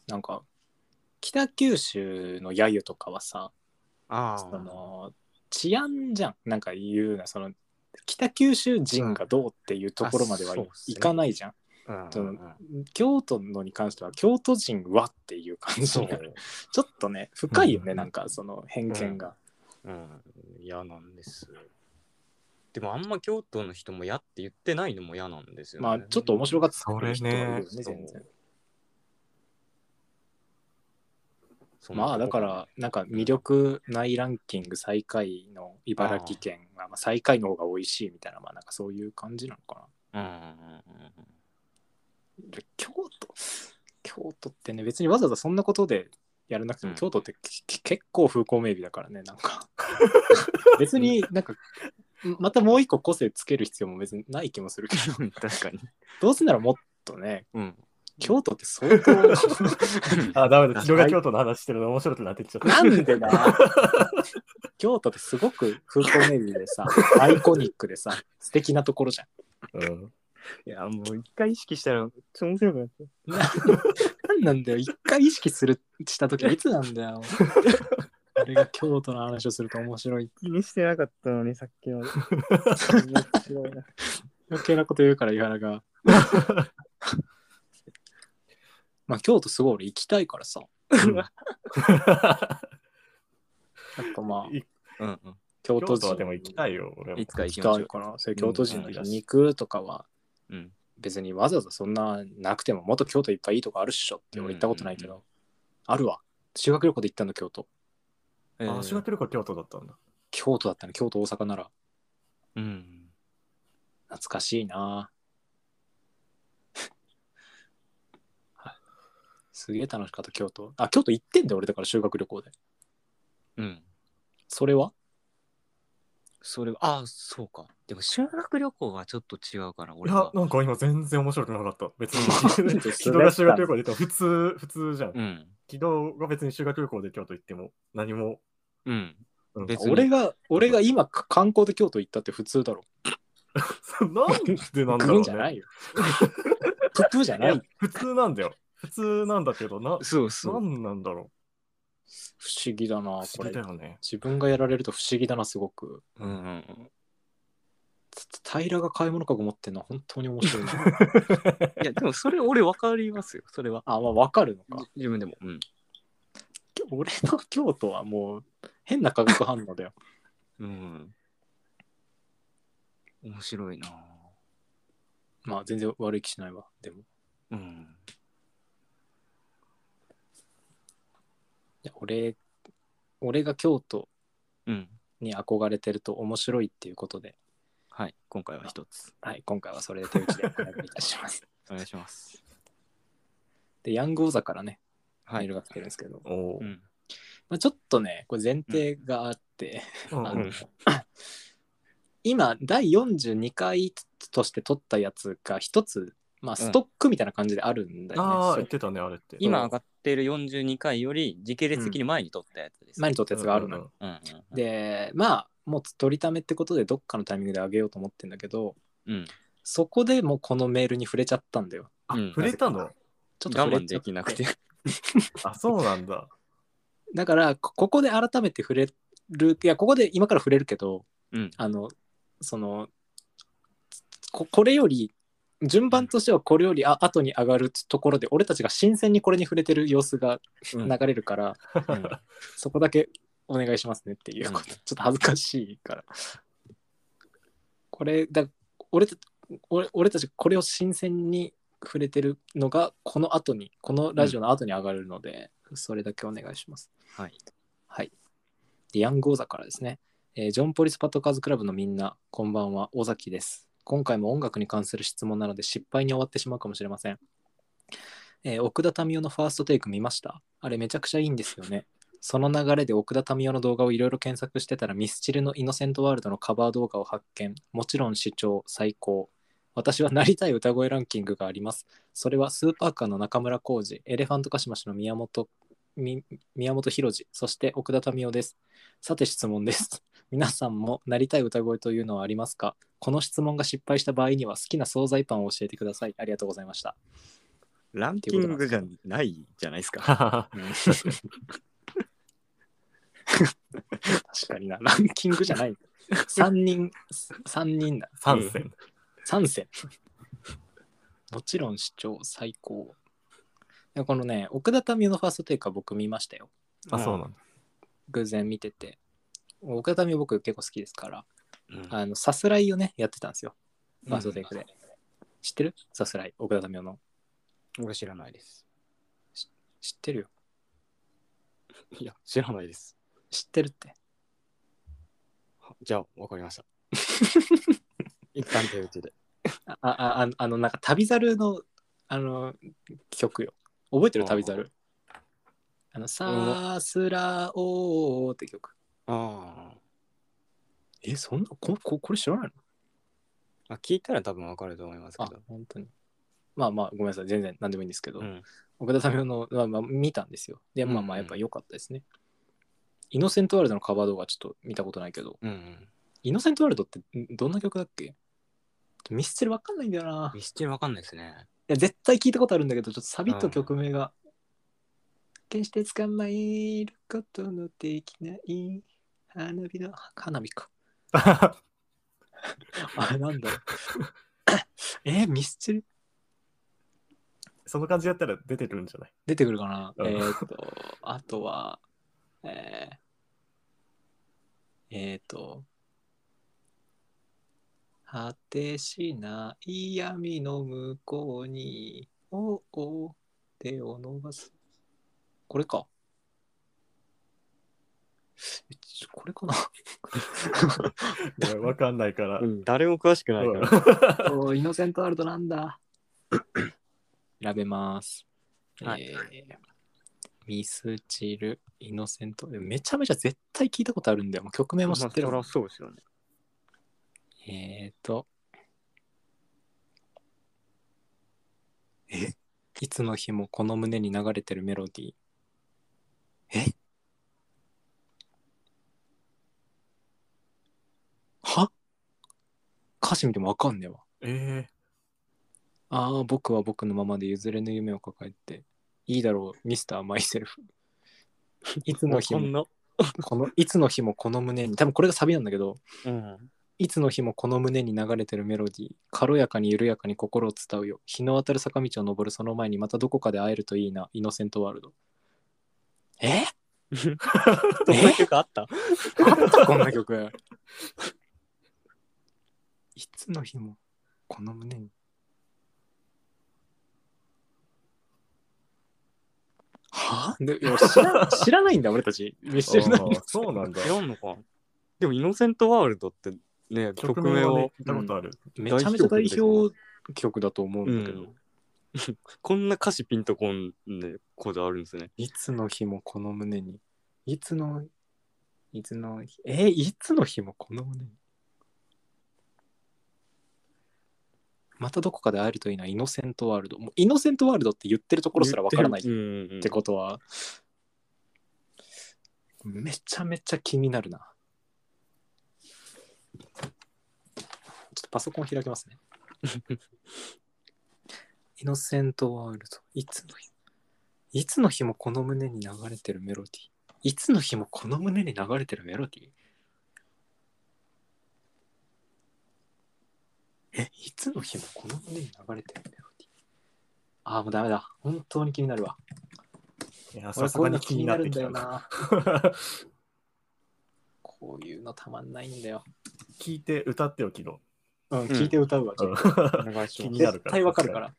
[SPEAKER 1] なんか、北九州の揶揄とかはさ、
[SPEAKER 2] あ
[SPEAKER 1] その治安じゃん。なんか言うな、その、北九州人がどうっていうところまでは
[SPEAKER 2] うんあそうっすね
[SPEAKER 1] いかないじゃん。
[SPEAKER 2] あ
[SPEAKER 1] その京都のに関しては、京都人はっていう感じ
[SPEAKER 2] そ
[SPEAKER 1] になる。
[SPEAKER 2] う。
[SPEAKER 1] ちょっとね、深いよね、
[SPEAKER 3] うん
[SPEAKER 1] なんかその偏見が。
[SPEAKER 2] うん。
[SPEAKER 4] 嫌なんです。でもあんま京都の人も嫌って言ってないのも嫌なんですよね。
[SPEAKER 1] まあ、ちょっと面白がって
[SPEAKER 3] そ
[SPEAKER 1] る
[SPEAKER 3] れ
[SPEAKER 1] 人はいるよ
[SPEAKER 3] ね
[SPEAKER 1] ね、。全然。
[SPEAKER 4] そんな
[SPEAKER 1] まあだ
[SPEAKER 4] とこ
[SPEAKER 1] か
[SPEAKER 4] ろ
[SPEAKER 1] ら、なんか魅力ないランキング最下位の茨城県は、まあ、最下位の方が美味しいみたいな、まあなんかそういう感じなのか
[SPEAKER 4] うんうんうんうん
[SPEAKER 1] な。で京都、京都ってね、別にわざわざそんなことでやらなくても、
[SPEAKER 4] うん
[SPEAKER 1] 京都ってきき結構風光明媚だからね、なん か。別になんか、またもう一個個性つける必要も別にない気もするけど、
[SPEAKER 4] うん。確かに。
[SPEAKER 1] どうせならもっとね、
[SPEAKER 4] うん。
[SPEAKER 1] 京都って相 当
[SPEAKER 3] あ、ダメだ。広が京都の話してるの面白くなってきちゃった。
[SPEAKER 1] なんでだ京都ってすごく風光明媚でさ、アイコニックでさ、素敵なところじゃん。
[SPEAKER 3] うん。
[SPEAKER 4] いや、もう一回意識したら、面白くなっ
[SPEAKER 1] なんなんだよ、一回意識するした時はいつなん だよ。俺が京都の話をすると面白い。
[SPEAKER 4] 気にしてなかったのに、さっき の。
[SPEAKER 1] 余計なこと言うから、井原 が。まあ、京都すごい俺行きたいからさ。やっぱまあ、
[SPEAKER 4] うんうん。
[SPEAKER 1] 京都
[SPEAKER 3] 京都
[SPEAKER 1] 人
[SPEAKER 3] はでも行きたいよ、俺も
[SPEAKER 4] い。つか行
[SPEAKER 1] 行
[SPEAKER 4] き
[SPEAKER 1] き
[SPEAKER 4] ま
[SPEAKER 1] た
[SPEAKER 4] しょ。
[SPEAKER 1] いうから、それ京都人の
[SPEAKER 3] うん
[SPEAKER 1] 肉とかは
[SPEAKER 4] うん。
[SPEAKER 1] 別にわざわざそんななくても、もっと京都いっぱいいいとこあるっしょって俺行ったことないけど、
[SPEAKER 4] う
[SPEAKER 1] あるわ。修学旅行で行ったの、京都。
[SPEAKER 4] えー
[SPEAKER 3] あ、修学旅行京都だったんだ。
[SPEAKER 1] 京都だったの、京都、大阪なら。
[SPEAKER 4] うん。
[SPEAKER 1] 懐かしいな はいすげえ楽しかった京都あ京都行ってんだよ俺だから修学旅行で
[SPEAKER 4] うん。
[SPEAKER 1] それは
[SPEAKER 4] それは、ああ、そうか。でも修学旅行はちょっと違うから、
[SPEAKER 3] い
[SPEAKER 4] 俺
[SPEAKER 3] や
[SPEAKER 4] は、。
[SPEAKER 3] なんか今全然面白くなかった。別
[SPEAKER 1] なん
[SPEAKER 3] に。
[SPEAKER 1] で
[SPEAKER 3] 人が修学旅行で行っても普通、普通じゃん。
[SPEAKER 4] うん。
[SPEAKER 3] 昨日が別に修学旅行で京都行っても何も。
[SPEAKER 4] うん。
[SPEAKER 3] うん
[SPEAKER 4] 別に
[SPEAKER 1] 俺が俺が今か観光で京都行ったって普通だろ
[SPEAKER 3] なんでなんだ ろ
[SPEAKER 1] グ
[SPEAKER 3] う
[SPEAKER 1] ーじゃな
[SPEAKER 3] ね。
[SPEAKER 1] いよププじゃ
[SPEAKER 3] い
[SPEAKER 1] な
[SPEAKER 3] や
[SPEAKER 1] い
[SPEAKER 3] 普通なんだよ。普通なんだけど、な、
[SPEAKER 4] そうそ
[SPEAKER 3] な
[SPEAKER 4] う。
[SPEAKER 3] んなんだろ
[SPEAKER 1] 不思議だ
[SPEAKER 3] う。
[SPEAKER 1] な
[SPEAKER 3] 不
[SPEAKER 1] こ
[SPEAKER 3] 思議
[SPEAKER 1] れ
[SPEAKER 3] だよね。
[SPEAKER 1] 自分がやられると不思議だなすごく
[SPEAKER 4] うんうんうん。
[SPEAKER 1] つつ平が買い物かご持ってんのは本当に面白いな
[SPEAKER 4] い や、でもそれ俺分かりますよ、それは。
[SPEAKER 1] あまあわかるのか
[SPEAKER 4] 自分でも。うん。
[SPEAKER 1] 俺の京都はもう変な化学反応だよ
[SPEAKER 4] うん。面白いなぁ
[SPEAKER 1] まあ全然悪い気しないわでも
[SPEAKER 4] うん。
[SPEAKER 1] いや俺俺が京都
[SPEAKER 4] うん。
[SPEAKER 1] に憧れてると面白いっていうことで、
[SPEAKER 4] はい。今回は一つ。
[SPEAKER 1] はい、今回はそれで手打ちでお願いいたし ます。
[SPEAKER 4] お願いします。
[SPEAKER 1] で、ヤング王座からね、メ
[SPEAKER 4] は
[SPEAKER 1] ー
[SPEAKER 4] い
[SPEAKER 1] ル。が来てるんですけど、
[SPEAKER 3] おお
[SPEAKER 4] う。ん。
[SPEAKER 1] まあ、ちょっとね、これ前提があって、
[SPEAKER 3] うん
[SPEAKER 1] あ
[SPEAKER 3] う
[SPEAKER 1] の
[SPEAKER 3] ん
[SPEAKER 1] 今、第42回として撮ったやつが一つ、まあ、ストックみたいな感じであるんだよね。
[SPEAKER 3] ああ、
[SPEAKER 1] そ
[SPEAKER 3] 言っ
[SPEAKER 1] う
[SPEAKER 3] てたね、あれって。
[SPEAKER 4] 今上がってる42回より時系列的に前に撮ったやつです。
[SPEAKER 1] 前に撮ったやつがあるのよ。
[SPEAKER 3] よ。
[SPEAKER 4] うんうんうん。
[SPEAKER 1] で、まあ、もう取りためってことで、どっかのタイミングで上げようと思ってんだけど、
[SPEAKER 4] うん。
[SPEAKER 1] そこでもうこのメールに触れちゃったんだよ。
[SPEAKER 3] あ
[SPEAKER 4] うん
[SPEAKER 3] 触れたの
[SPEAKER 1] ちょっと触
[SPEAKER 4] 我
[SPEAKER 1] れ
[SPEAKER 4] 慢
[SPEAKER 1] ちゃ
[SPEAKER 4] で
[SPEAKER 1] って
[SPEAKER 4] きなくて。
[SPEAKER 3] あ、そうなんだ。
[SPEAKER 1] だからこここで改めて触れるいやここで今から触れるけど
[SPEAKER 4] うん。
[SPEAKER 1] あのそのここれより順番としてはこれよりあ後に上がるところで俺たちが新鮮にこれに触れてる様子が
[SPEAKER 4] うん
[SPEAKER 1] 流れるから、
[SPEAKER 4] うん
[SPEAKER 1] そこだけお願いしますねっていうこと、
[SPEAKER 4] うん
[SPEAKER 1] ちょっと恥ずかしいからこれだ俺た俺俺たちこれを新鮮に触れてるのがこの後にこのラジオの後に上がるので、それだけお願いします
[SPEAKER 4] はい
[SPEAKER 1] はいでヤング王座からですね、えージョンポリスパトカーズクラブのみんなこんばんは尾崎です今回も音楽に関する質問なので失敗に終わってしまうかもしれません、えー奥田民生のファーストテイク見ましたあれめちゃくちゃいいんですよねその流れで奥田民生の動画をいろいろ検索してたらミスチルの「イノセントワールド」のカバー動画を発見もちろん視聴最高私はなりたい歌声ランキングがありますそれはスーパーカーの中村浩二エレファントカシマシの宮本み宮本浩次そして奥田民生ですさて質問です皆さんもなりたい歌声というのはありますかこの質問が失敗した場合には好きな惣菜パンを教えてください。ありがとうございました。
[SPEAKER 4] ランキングじゃないじゃないですか。
[SPEAKER 3] あ
[SPEAKER 1] 確かにな。ランキングじゃない。3人、3人だ。
[SPEAKER 3] 3戦。
[SPEAKER 1] 3選。 もちろん視聴最高。いやこのね、奥田民生のファーストテイクは僕見ましたよ。
[SPEAKER 3] あ、そうなんだ。
[SPEAKER 1] 偶然見てて。奥田民生僕結構好きですから、
[SPEAKER 3] うん
[SPEAKER 1] あの、さすらいをね、やってたんですよ。ファーストテイクで。
[SPEAKER 4] うん
[SPEAKER 1] 知ってるさすらい、奥田民生の。
[SPEAKER 4] 俺知らないです。
[SPEAKER 1] 知ってるよ。
[SPEAKER 4] いや、知らないです。
[SPEAKER 1] 知ってるって。
[SPEAKER 4] じゃあ、わかりま した。一旦手打ちで。
[SPEAKER 1] ああああの、なんか旅猿の、あの、曲よ。覚えてる
[SPEAKER 4] あー
[SPEAKER 1] 旅猿。あの、さすらおーって曲。
[SPEAKER 4] あ
[SPEAKER 1] え、そんな、こここれ知らないの
[SPEAKER 4] あ。聞いたら多分わかると思いますけ
[SPEAKER 1] あ
[SPEAKER 4] ど。、
[SPEAKER 1] 本当に。まあまあ、ごめんなさい。全然何でもいいんですけど、
[SPEAKER 4] うん。
[SPEAKER 1] 奥田民生の、まあまあ、見たんですよ。で、まあまあ、やっぱ良かったですね。イノセントワールドのカバー動画ちょっと見たことないけど、
[SPEAKER 4] うん。
[SPEAKER 1] イノセントワールドってんどんな曲だっけミスチルわかんないんだよな。い
[SPEAKER 4] ミスチルわかんないですね。
[SPEAKER 1] や、絶対聞いたことあるんだけど、ちょっとサビ
[SPEAKER 4] う
[SPEAKER 1] と
[SPEAKER 4] ん
[SPEAKER 1] 曲名が。決して捕まえることのできない花火の花火か。あれなんだ ろう。えーミスチル
[SPEAKER 3] その感じやったら出てるんじゃない
[SPEAKER 1] 出てくるかな、
[SPEAKER 3] うん
[SPEAKER 1] えーっと、あとは、えー、えーっと、果てしない闇の向こうに、おお、手を伸ばす。これか。えちょこれかな
[SPEAKER 3] ごめんわかんないから。
[SPEAKER 2] うん誰も詳しくないから。
[SPEAKER 1] おーイノセントワールドなんだ。選べます。
[SPEAKER 4] はい
[SPEAKER 1] えーミスチル、イノセント。めちゃめちゃ絶対聞いたことあるんだよ。もう曲名も知ってる
[SPEAKER 4] ま
[SPEAKER 1] もん。
[SPEAKER 4] あそりゃそうですよね。
[SPEAKER 1] えーと。えいつの日もこの胸に流れてるメロディー。えは歌詞見てもわかんねえわ。
[SPEAKER 3] え
[SPEAKER 1] ああ、僕は僕のままで譲れぬ夢を抱えて、いいだろう、ミスター・マイセルフ。いつの日
[SPEAKER 4] こん
[SPEAKER 1] も、
[SPEAKER 4] な。
[SPEAKER 1] この、いつの日もこの胸に、多分これがサビなんだけど、
[SPEAKER 4] うん。
[SPEAKER 1] いつの日もこの胸に流れてるメロディー、軽やかに緩やかに心を伝うよ。日の当たる坂道を登るその前にまたどこかで会えるといいな、イノセントワールド。え
[SPEAKER 2] そ んな曲あった
[SPEAKER 1] こんな曲。いつの日も、この胸に。はあでいや知ら知らないんだ、俺たち。ミスチ
[SPEAKER 3] ー、
[SPEAKER 1] ルなんだ
[SPEAKER 3] あーそうなんだ。
[SPEAKER 4] 違うのか。でも、イノセントワールドってね、曲名
[SPEAKER 3] はね
[SPEAKER 4] を
[SPEAKER 3] 聞いたことある。
[SPEAKER 1] めちゃめちゃ代表曲だと思うんだけど、
[SPEAKER 4] うんこんな歌詞ピンとこんでこであるんですね。
[SPEAKER 1] いつの日もこの胸に。いつの、いつの、えいつの日もこの胸に。またどこかで会えるといいな、イノセントワールド。もうイノセントワールドって言ってるところすらわからない
[SPEAKER 4] っ
[SPEAKER 1] ってことは、めちゃめちゃ気になるな。ちょっとパソコン開き ますね。イノセントワールド、いつの日いつの日もこの胸に流れてるメロディー。いつの日もこの胸に流れてるメロディー。え、いつの日もこの胸に流れてるメロディー。ああ、もうダメだ。本当に気になるわ。
[SPEAKER 3] いや、
[SPEAKER 1] 俺
[SPEAKER 3] さす
[SPEAKER 1] こうい
[SPEAKER 3] が
[SPEAKER 1] うの
[SPEAKER 3] に
[SPEAKER 1] 気
[SPEAKER 3] 気
[SPEAKER 1] に
[SPEAKER 3] に
[SPEAKER 1] な
[SPEAKER 3] な
[SPEAKER 1] る
[SPEAKER 3] って
[SPEAKER 1] ん
[SPEAKER 3] き
[SPEAKER 1] だよ
[SPEAKER 3] た。
[SPEAKER 1] な。 こういうのたまんないんだよ。
[SPEAKER 3] 聞いて歌ってよ、昨日。
[SPEAKER 1] うん、聞いて歌うわ。ちょ
[SPEAKER 3] うん
[SPEAKER 1] っと
[SPEAKER 4] お願いし
[SPEAKER 3] 気
[SPEAKER 4] ま
[SPEAKER 3] に
[SPEAKER 4] す。
[SPEAKER 3] なる
[SPEAKER 1] 絶
[SPEAKER 3] から
[SPEAKER 1] 対わかるから。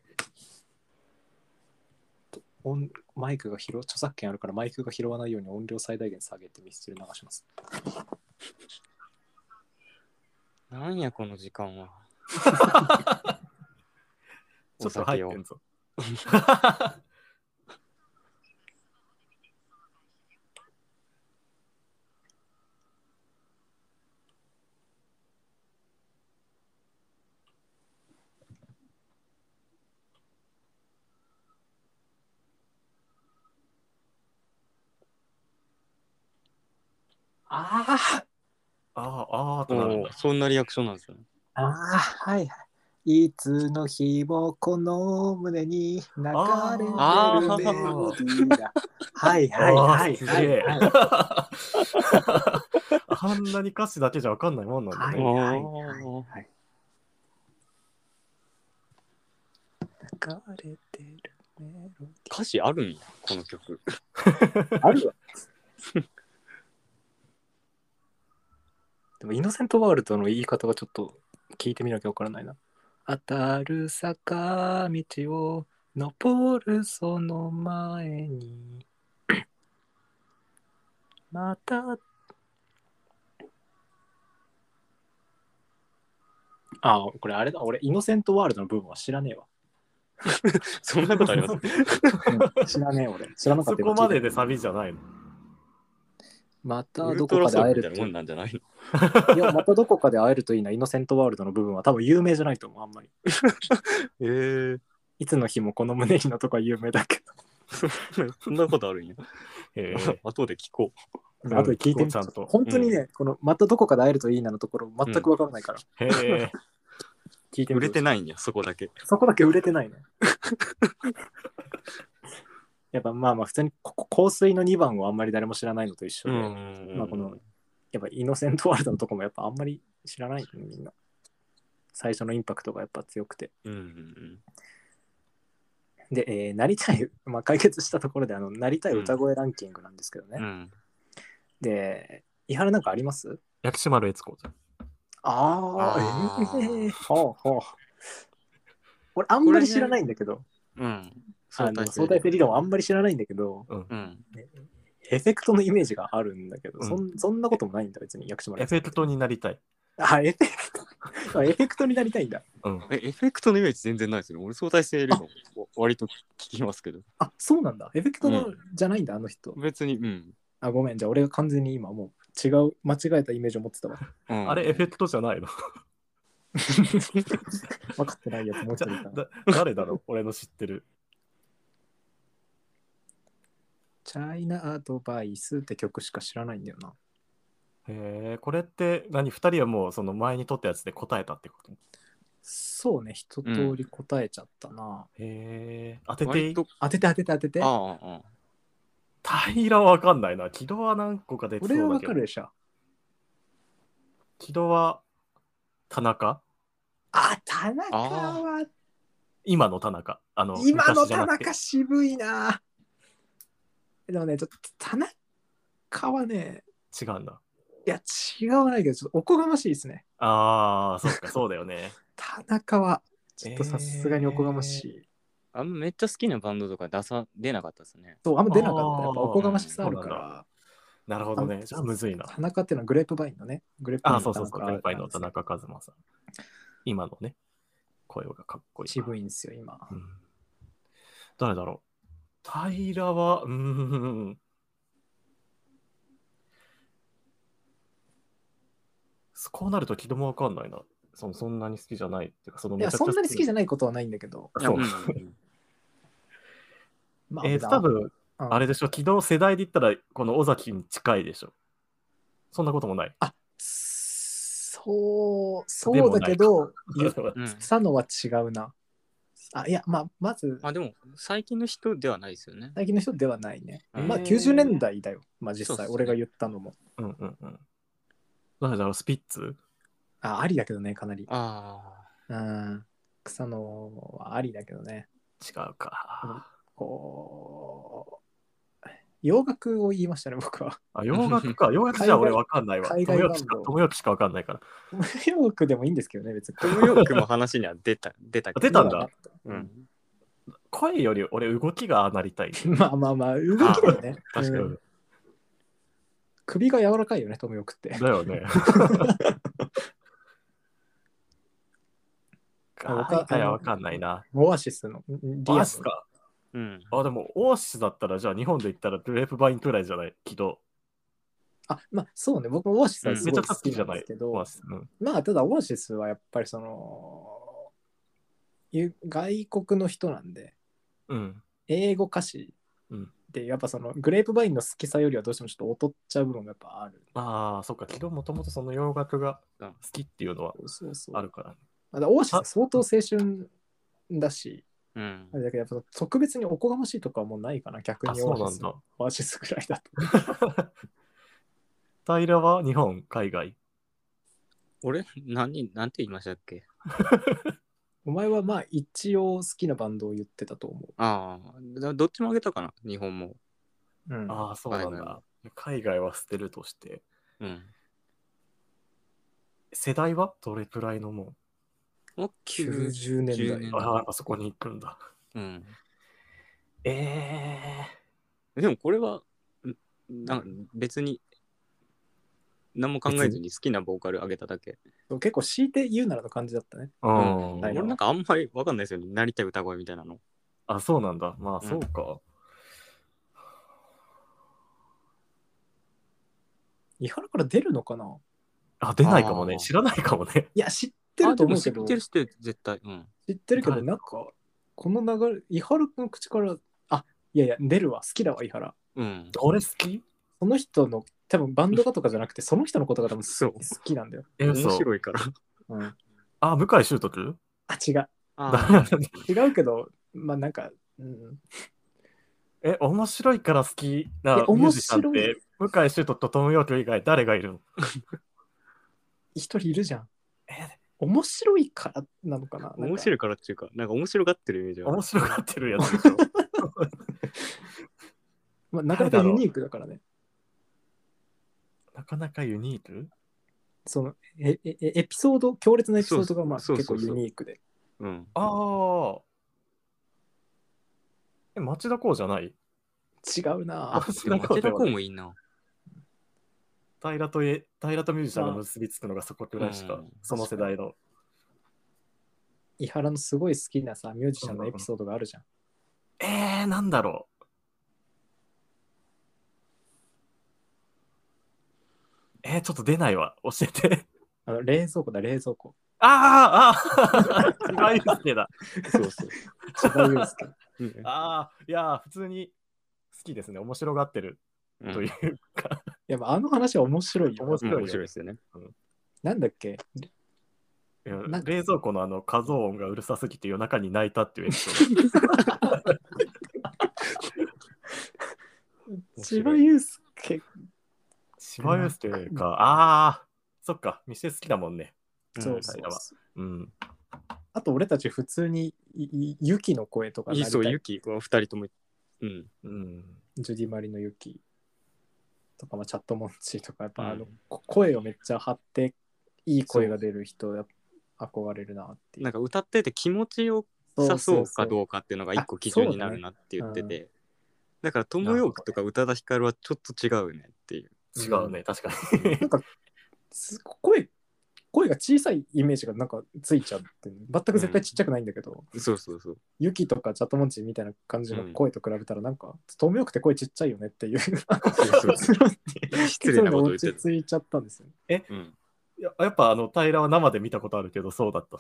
[SPEAKER 1] 音マイクが拾う著作権あるからマイクが拾わないように音量最大限下げてミスチル流します。
[SPEAKER 4] なんやこの時間は。
[SPEAKER 3] ちょ
[SPEAKER 4] お
[SPEAKER 3] っと入
[SPEAKER 4] 酒
[SPEAKER 3] っ
[SPEAKER 4] を
[SPEAKER 3] てんぞ。
[SPEAKER 1] ああ
[SPEAKER 3] ああ、ああ、となるん
[SPEAKER 2] お
[SPEAKER 3] だ
[SPEAKER 2] ー。そんなリアクションなんですね。
[SPEAKER 1] ああ、はいはい。いつの日もこの胸に流れて
[SPEAKER 2] あ
[SPEAKER 1] る
[SPEAKER 2] ー
[SPEAKER 1] メロディーが。はい
[SPEAKER 3] あ
[SPEAKER 1] はい
[SPEAKER 3] あ
[SPEAKER 1] はい
[SPEAKER 3] す
[SPEAKER 1] は
[SPEAKER 3] げ
[SPEAKER 1] い
[SPEAKER 3] え
[SPEAKER 1] はい。
[SPEAKER 3] あんなに歌詞だけじゃわかんないもんなんだ
[SPEAKER 1] はい
[SPEAKER 3] ね。
[SPEAKER 1] はいはいはい。流れてるメロ
[SPEAKER 4] 歌詞あるんや、この曲。
[SPEAKER 1] ディー。あるわ。 でも、イノセントワールドの言い方がちょっと聞いてみなきゃわからないな。当たる坂道を登るその前に。 また。ああ、これあれだ。俺、イノセントワールドの部分は知らねえわ。
[SPEAKER 2] そんなことあります
[SPEAKER 1] 知らねえ俺。知らなかっ
[SPEAKER 3] そ
[SPEAKER 1] た
[SPEAKER 3] こまででサビじゃないの。
[SPEAKER 1] また
[SPEAKER 4] ウ
[SPEAKER 1] ど
[SPEAKER 4] ルト
[SPEAKER 1] こ
[SPEAKER 4] ラ
[SPEAKER 1] かで
[SPEAKER 4] ソ
[SPEAKER 1] 会え
[SPEAKER 4] ウ
[SPEAKER 1] る
[SPEAKER 4] ルみたいな
[SPEAKER 1] と
[SPEAKER 4] もんなんじゃないの
[SPEAKER 1] いや、またどこかで会えるといいな。イノセントワールドの部分は多分有名じゃないと思う、あんまり。
[SPEAKER 2] ええー、
[SPEAKER 1] いつの日もこの胸にのとか有名だけ
[SPEAKER 2] そんなことあるんや。
[SPEAKER 3] え え
[SPEAKER 2] 後で聞こ
[SPEAKER 3] うん
[SPEAKER 1] ど。あとで聞いてみ
[SPEAKER 3] ち
[SPEAKER 1] た
[SPEAKER 3] ゃんと。
[SPEAKER 1] 本当にね、このまたどこかで会えるといいなのところ全くわからないから、
[SPEAKER 3] へえ。
[SPEAKER 1] 聞いて
[SPEAKER 4] 売
[SPEAKER 1] みてほ
[SPEAKER 4] れ
[SPEAKER 1] しい
[SPEAKER 4] てないんや、そこだけ。
[SPEAKER 1] そこだけ売れてないね。 やっぱまあまあ普通にここ香水の2番をあんまり誰も知らないのと一緒
[SPEAKER 2] う。
[SPEAKER 1] で、
[SPEAKER 2] ん
[SPEAKER 1] まあこのやっぱイノセントワールドのとこもやっぱあんまり知らないよねみんな。最初のインパクトがやっぱ強くて。
[SPEAKER 4] うんうん
[SPEAKER 1] で、えーなりたい、まあ、解決したところであの、なりたい歌声ランキングなんですけどね。
[SPEAKER 4] うん。うん
[SPEAKER 1] で、伊原なんかあります
[SPEAKER 3] 薬師丸悦子じゃん。
[SPEAKER 1] あ
[SPEAKER 4] あー
[SPEAKER 1] ええほうほう。俺、あんまり知らないんだけど、
[SPEAKER 4] うん。
[SPEAKER 1] あの相対性理論はあんまり知らないんだけど、
[SPEAKER 4] うん。
[SPEAKER 1] エフェクトのイメージがあるんだけど、
[SPEAKER 3] うん
[SPEAKER 1] そんそんなこともないんだ、別に、薬師丸
[SPEAKER 3] エフェクトになりたい。
[SPEAKER 1] あ、エフェクト。あエ フェクトになりたいんだ。
[SPEAKER 3] うん。
[SPEAKER 4] え、エフェクトのイメージ全然ないですね。俺、相対性理論、わ割と聞きますけど。
[SPEAKER 1] あ、そうなんだ。エフェクトの、
[SPEAKER 4] うん
[SPEAKER 1] じゃないんだ、あの人。
[SPEAKER 4] 別に、うん。
[SPEAKER 1] あ、ごめん。じゃあ、俺が完全に今、もう違う、間違えたイメージを持ってたわ。
[SPEAKER 4] うん
[SPEAKER 3] あれ、エフェクトじゃないの
[SPEAKER 1] 分かってないやつ、もう一
[SPEAKER 3] じ
[SPEAKER 1] 人
[SPEAKER 3] ゃ
[SPEAKER 1] いたな
[SPEAKER 3] だ誰だろう俺の知ってる。
[SPEAKER 1] チャイナアドバイスって曲しか知らないんだよな。
[SPEAKER 3] へえ、これって何二人はもうその前に撮ったやつで答えたってこと
[SPEAKER 1] そうね、一通り答えちゃったな。
[SPEAKER 3] へえ、当ててい
[SPEAKER 4] 割
[SPEAKER 3] い
[SPEAKER 4] と。
[SPEAKER 1] 当てて当てて当てて。
[SPEAKER 4] ああ、ああ。
[SPEAKER 3] 平はわかんないな。木戸は何個か出てそ
[SPEAKER 1] 俺は
[SPEAKER 3] う
[SPEAKER 1] わ
[SPEAKER 3] だけ
[SPEAKER 1] か
[SPEAKER 3] ど
[SPEAKER 1] る。でしょ。
[SPEAKER 3] 木戸は田中
[SPEAKER 1] あ、田中は、
[SPEAKER 3] 今の田中。あの、
[SPEAKER 1] 今の
[SPEAKER 3] 昔じゃ
[SPEAKER 1] 田
[SPEAKER 3] なくて
[SPEAKER 1] 中渋いな。でもね、ちょっと田中はね、
[SPEAKER 3] 違うんだ。
[SPEAKER 1] いや、違わないけど、ちょっとおこがましいですね。
[SPEAKER 3] ああ、そ っか、そうだよね。
[SPEAKER 1] 田中は、ちょっとさすがにおこがましい。
[SPEAKER 4] あんまめっちゃ好きなバンドとか出さ、出なかったですね。
[SPEAKER 1] そう、あんま出なかった。やっぱ
[SPEAKER 3] あー
[SPEAKER 1] おこがましさあるか
[SPEAKER 3] そう
[SPEAKER 1] ら。
[SPEAKER 3] なるほどね。じゃあむずいな。
[SPEAKER 1] 田中っていうのはグレープバインのね。グレープバインの
[SPEAKER 3] ああ、そうそうそ
[SPEAKER 1] 田
[SPEAKER 3] う。
[SPEAKER 1] 中
[SPEAKER 3] 先輩の田
[SPEAKER 1] なんですよ
[SPEAKER 3] 中和馬さん。今のね、声がかっこいいな。
[SPEAKER 1] 渋いんですよ、今。
[SPEAKER 3] うん誰だろう平は、うーん。こうなると気どもわかんないな。そのそんなに好きじゃないっていうか、その
[SPEAKER 1] いや、そんなに好きじ
[SPEAKER 3] ゃ
[SPEAKER 1] ゃないことはないんだけど。
[SPEAKER 4] いや
[SPEAKER 3] そう
[SPEAKER 4] うんうん
[SPEAKER 1] ま
[SPEAKER 3] えーと多分、
[SPEAKER 1] うん
[SPEAKER 3] あれでしょ、軌道世代で言ったら、この尾崎に近いでしょ。そんなこともない。
[SPEAKER 1] そう、そうだけど、言っ
[SPEAKER 4] うんうん
[SPEAKER 1] たのは違うな。あ、いや、まあ、まず、
[SPEAKER 4] まあでも、最近の人ではないですよね。
[SPEAKER 1] 最近の人ではないね。
[SPEAKER 4] うん
[SPEAKER 1] まあ、90年代だよ。まあ、実
[SPEAKER 4] そうっ
[SPEAKER 1] 際、
[SPEAKER 4] すね
[SPEAKER 1] 俺が言ったのも。
[SPEAKER 3] うんうんうん。誰だろう、スピッツ
[SPEAKER 1] あ、ありだけどね、かなり。
[SPEAKER 4] あ
[SPEAKER 1] うん。草野はありだけどね。
[SPEAKER 3] 違うか。
[SPEAKER 1] こう、洋楽を言いましたね、僕は。
[SPEAKER 3] あ、洋楽か。洋楽じゃ俺わかんないわ。
[SPEAKER 1] 海
[SPEAKER 3] 友
[SPEAKER 1] 外
[SPEAKER 3] よし
[SPEAKER 1] 海外バン
[SPEAKER 3] か
[SPEAKER 1] ド
[SPEAKER 3] 友よしかわかんないから。
[SPEAKER 1] 洋楽でもいいんですけどね、別に。
[SPEAKER 4] あ。ニューヨークも話には出た、出たけど。
[SPEAKER 3] 出たんだ
[SPEAKER 4] うん。
[SPEAKER 3] 声より俺動きがああなりたい。
[SPEAKER 1] まあまあまあ、動きだよね。
[SPEAKER 3] 確か
[SPEAKER 1] う
[SPEAKER 3] に
[SPEAKER 1] ん。首が柔らかいよね、トムヨーク って。
[SPEAKER 3] だよ ね。
[SPEAKER 1] 他
[SPEAKER 3] あやわかんないな。
[SPEAKER 1] オアシスのリ
[SPEAKER 3] オ
[SPEAKER 1] ア
[SPEAKER 3] ア
[SPEAKER 1] ム
[SPEAKER 3] シスか。
[SPEAKER 4] うん。
[SPEAKER 3] あ、でもオアシスだったら、じゃあ日本で言ったらグレープバインくらいじゃない。きっと。
[SPEAKER 1] あまあそうね僕もオアシスはす
[SPEAKER 3] め
[SPEAKER 1] ご
[SPEAKER 3] ちゃ
[SPEAKER 1] い
[SPEAKER 3] 好
[SPEAKER 1] 好き
[SPEAKER 3] きじ
[SPEAKER 1] な
[SPEAKER 3] ゃ
[SPEAKER 1] んで
[SPEAKER 3] な
[SPEAKER 1] す
[SPEAKER 3] い
[SPEAKER 1] け。
[SPEAKER 3] オ
[SPEAKER 1] ど
[SPEAKER 3] アシスうん
[SPEAKER 1] まあただオアシスはやっぱりそのゆ外国の人なんで
[SPEAKER 3] うん。
[SPEAKER 1] 英語歌詞
[SPEAKER 3] うん
[SPEAKER 1] って、やっぱそのグレープバインの好きさよりはどうしてもちょっと劣っちゃう部分がやっぱある。
[SPEAKER 3] ああ、そっか、昨日もともとその洋楽が好きっていうのは
[SPEAKER 1] そうそう。
[SPEAKER 3] あるから、ね。
[SPEAKER 1] まあだから大志さん相当青春だし、
[SPEAKER 4] うん
[SPEAKER 1] あ。れだけどやっぱ特別におこがましいとかはもうないかな、逆
[SPEAKER 3] あ、
[SPEAKER 1] に
[SPEAKER 3] そう
[SPEAKER 1] オア
[SPEAKER 3] な
[SPEAKER 1] シ
[SPEAKER 3] ん
[SPEAKER 1] ス
[SPEAKER 3] だ。
[SPEAKER 1] オアシスくらいだと。
[SPEAKER 3] 平は日本、海外。
[SPEAKER 4] 俺、何、なんて言いましたっけ
[SPEAKER 1] お前はまあ一応好きなバンドを言ってたと思
[SPEAKER 4] ああ、だどっちもあげたかな日本も。
[SPEAKER 1] う。うん、
[SPEAKER 3] ああ、そうなん
[SPEAKER 4] 海
[SPEAKER 3] だ。海外は捨てるとして、
[SPEAKER 4] うん。
[SPEAKER 3] 世代はどれくらいのも
[SPEAKER 4] もう
[SPEAKER 1] 90
[SPEAKER 4] 90
[SPEAKER 1] 年代。
[SPEAKER 3] う、ああ、そこに行くんだ。
[SPEAKER 4] うん。
[SPEAKER 3] ええ
[SPEAKER 4] でもこれは、んなんか別に、何も考えずに好きなボーカルあげただけ。
[SPEAKER 1] そう結構強いて言うならの感じだったね。
[SPEAKER 3] ー。うん。
[SPEAKER 1] はい
[SPEAKER 4] 俺なんかあんまりわかんないですよね。なりたい歌声みたいなの。
[SPEAKER 3] あ、そうなんだ。まあ、
[SPEAKER 4] うん
[SPEAKER 3] そうか。
[SPEAKER 1] 伊原から出るのかな
[SPEAKER 3] あ、出ないかもね。
[SPEAKER 4] あー
[SPEAKER 3] 知らないかもね。
[SPEAKER 1] いや、知ってると思うけ
[SPEAKER 4] あでも
[SPEAKER 1] ど、
[SPEAKER 4] 知っ
[SPEAKER 1] 知
[SPEAKER 4] てる知ってる、絶対。うん。
[SPEAKER 1] ってるけど、
[SPEAKER 3] 誰
[SPEAKER 1] なんか、この流れ、伊原の口から、あいやいや、出るわ、好きだわ、伊原。
[SPEAKER 4] うん。
[SPEAKER 3] 俺好き
[SPEAKER 1] その人の、多分バンドがとかじゃなくて、その人のことが多分
[SPEAKER 4] そう
[SPEAKER 1] 好きなんだよ。
[SPEAKER 3] え、嘘。
[SPEAKER 4] いから。
[SPEAKER 1] うん、
[SPEAKER 3] あ、向井修徳
[SPEAKER 1] あ、違う。
[SPEAKER 4] あ
[SPEAKER 1] 違うけど、まあなんか、うん、
[SPEAKER 3] え、面白いから好き
[SPEAKER 1] い
[SPEAKER 3] な
[SPEAKER 1] や
[SPEAKER 3] ミュージシャンっ
[SPEAKER 1] 面白
[SPEAKER 3] て、向井修徳とトム・ヨーク以外誰がいるの
[SPEAKER 1] 一人いるじゃん。面白いからなのかな
[SPEAKER 4] あ、面白
[SPEAKER 1] い。
[SPEAKER 4] いからっていうか、なんか面白がってるイメージある
[SPEAKER 3] 面白がってるやつでしょ。
[SPEAKER 1] まあ、なかなかユニークだからね。
[SPEAKER 3] なかなかユニーク
[SPEAKER 1] そのえええエピソード、強烈なエピソードがまあ
[SPEAKER 4] そう
[SPEAKER 1] 結
[SPEAKER 4] そうそ
[SPEAKER 1] 構
[SPEAKER 4] うそう
[SPEAKER 1] ユニークで。
[SPEAKER 4] うん。
[SPEAKER 3] ああ。え、町田公じゃない
[SPEAKER 1] 違うな
[SPEAKER 4] あ、
[SPEAKER 1] ぁ
[SPEAKER 4] でも町田公もいいな。
[SPEAKER 3] 平とえ平とミュージシャンが結びつくのがそこくらいしか、
[SPEAKER 4] うん
[SPEAKER 3] その世代の。
[SPEAKER 1] 伊原のすごい好きなさ、ミュージシャンのエピソードがあるじゃん。
[SPEAKER 3] えー、なんだろう。えー、ちょっと出ないわ。教えて。
[SPEAKER 1] あの冷蔵庫だ、冷蔵庫。
[SPEAKER 3] あーあー違うすけだ。
[SPEAKER 4] そうそう。
[SPEAKER 1] 違うですけど。
[SPEAKER 4] うんい
[SPEAKER 3] ああ、いやー、普通に好きですね。面白がってるというか。
[SPEAKER 1] いや、まああの話は面白いよ。
[SPEAKER 3] 面白いよ
[SPEAKER 4] 面白いですよね。
[SPEAKER 1] なんだっけ
[SPEAKER 3] いや
[SPEAKER 1] なんか
[SPEAKER 3] 冷蔵庫のあの、過増音がうるさすぎて夜中に泣いたっていうエピソード。
[SPEAKER 1] 千葉祐介。
[SPEAKER 3] 芝居介か。ああ、そっか。店好きだもんね。
[SPEAKER 1] そう
[SPEAKER 3] そ
[SPEAKER 1] そうう
[SPEAKER 3] うん。
[SPEAKER 1] あと俺たち普通にいい雪の声とか
[SPEAKER 4] い
[SPEAKER 1] ないりた
[SPEAKER 4] そう、
[SPEAKER 1] い
[SPEAKER 4] ユキは二人とも。うん。
[SPEAKER 3] うん。
[SPEAKER 1] ジュディ・マリの雪とか、まあ、チャットモンチーとか、やっぱあの、
[SPEAKER 4] う
[SPEAKER 1] こ声をめっちゃ張って、いい声が出る人、やっぱ憧れるなっていう。
[SPEAKER 4] なんか歌ってて気持ちよさそうかどうかっていうのが一個基準になるなって言って
[SPEAKER 1] あそうだ
[SPEAKER 4] て。だから、トム・ヨークとか宇多田ヒカルはちょっと違うねっていう。
[SPEAKER 3] 違うね、確かに。
[SPEAKER 1] なんかす声、声が小さいイメージがなんかついちゃってる、全く絶対ちっちゃくないんだけど、
[SPEAKER 4] そうそう そう。
[SPEAKER 1] 雪とかチャットモンチーみたいな感じの声と比べたら、なんか、トムヨークって声ちっちゃいよねっていう、
[SPEAKER 4] そうそう失礼なこと 言っちゃっ
[SPEAKER 1] 落ち着いちゃったんですよね。
[SPEAKER 4] うん
[SPEAKER 3] いややっぱあの平は生で見たことあるけどそうだった。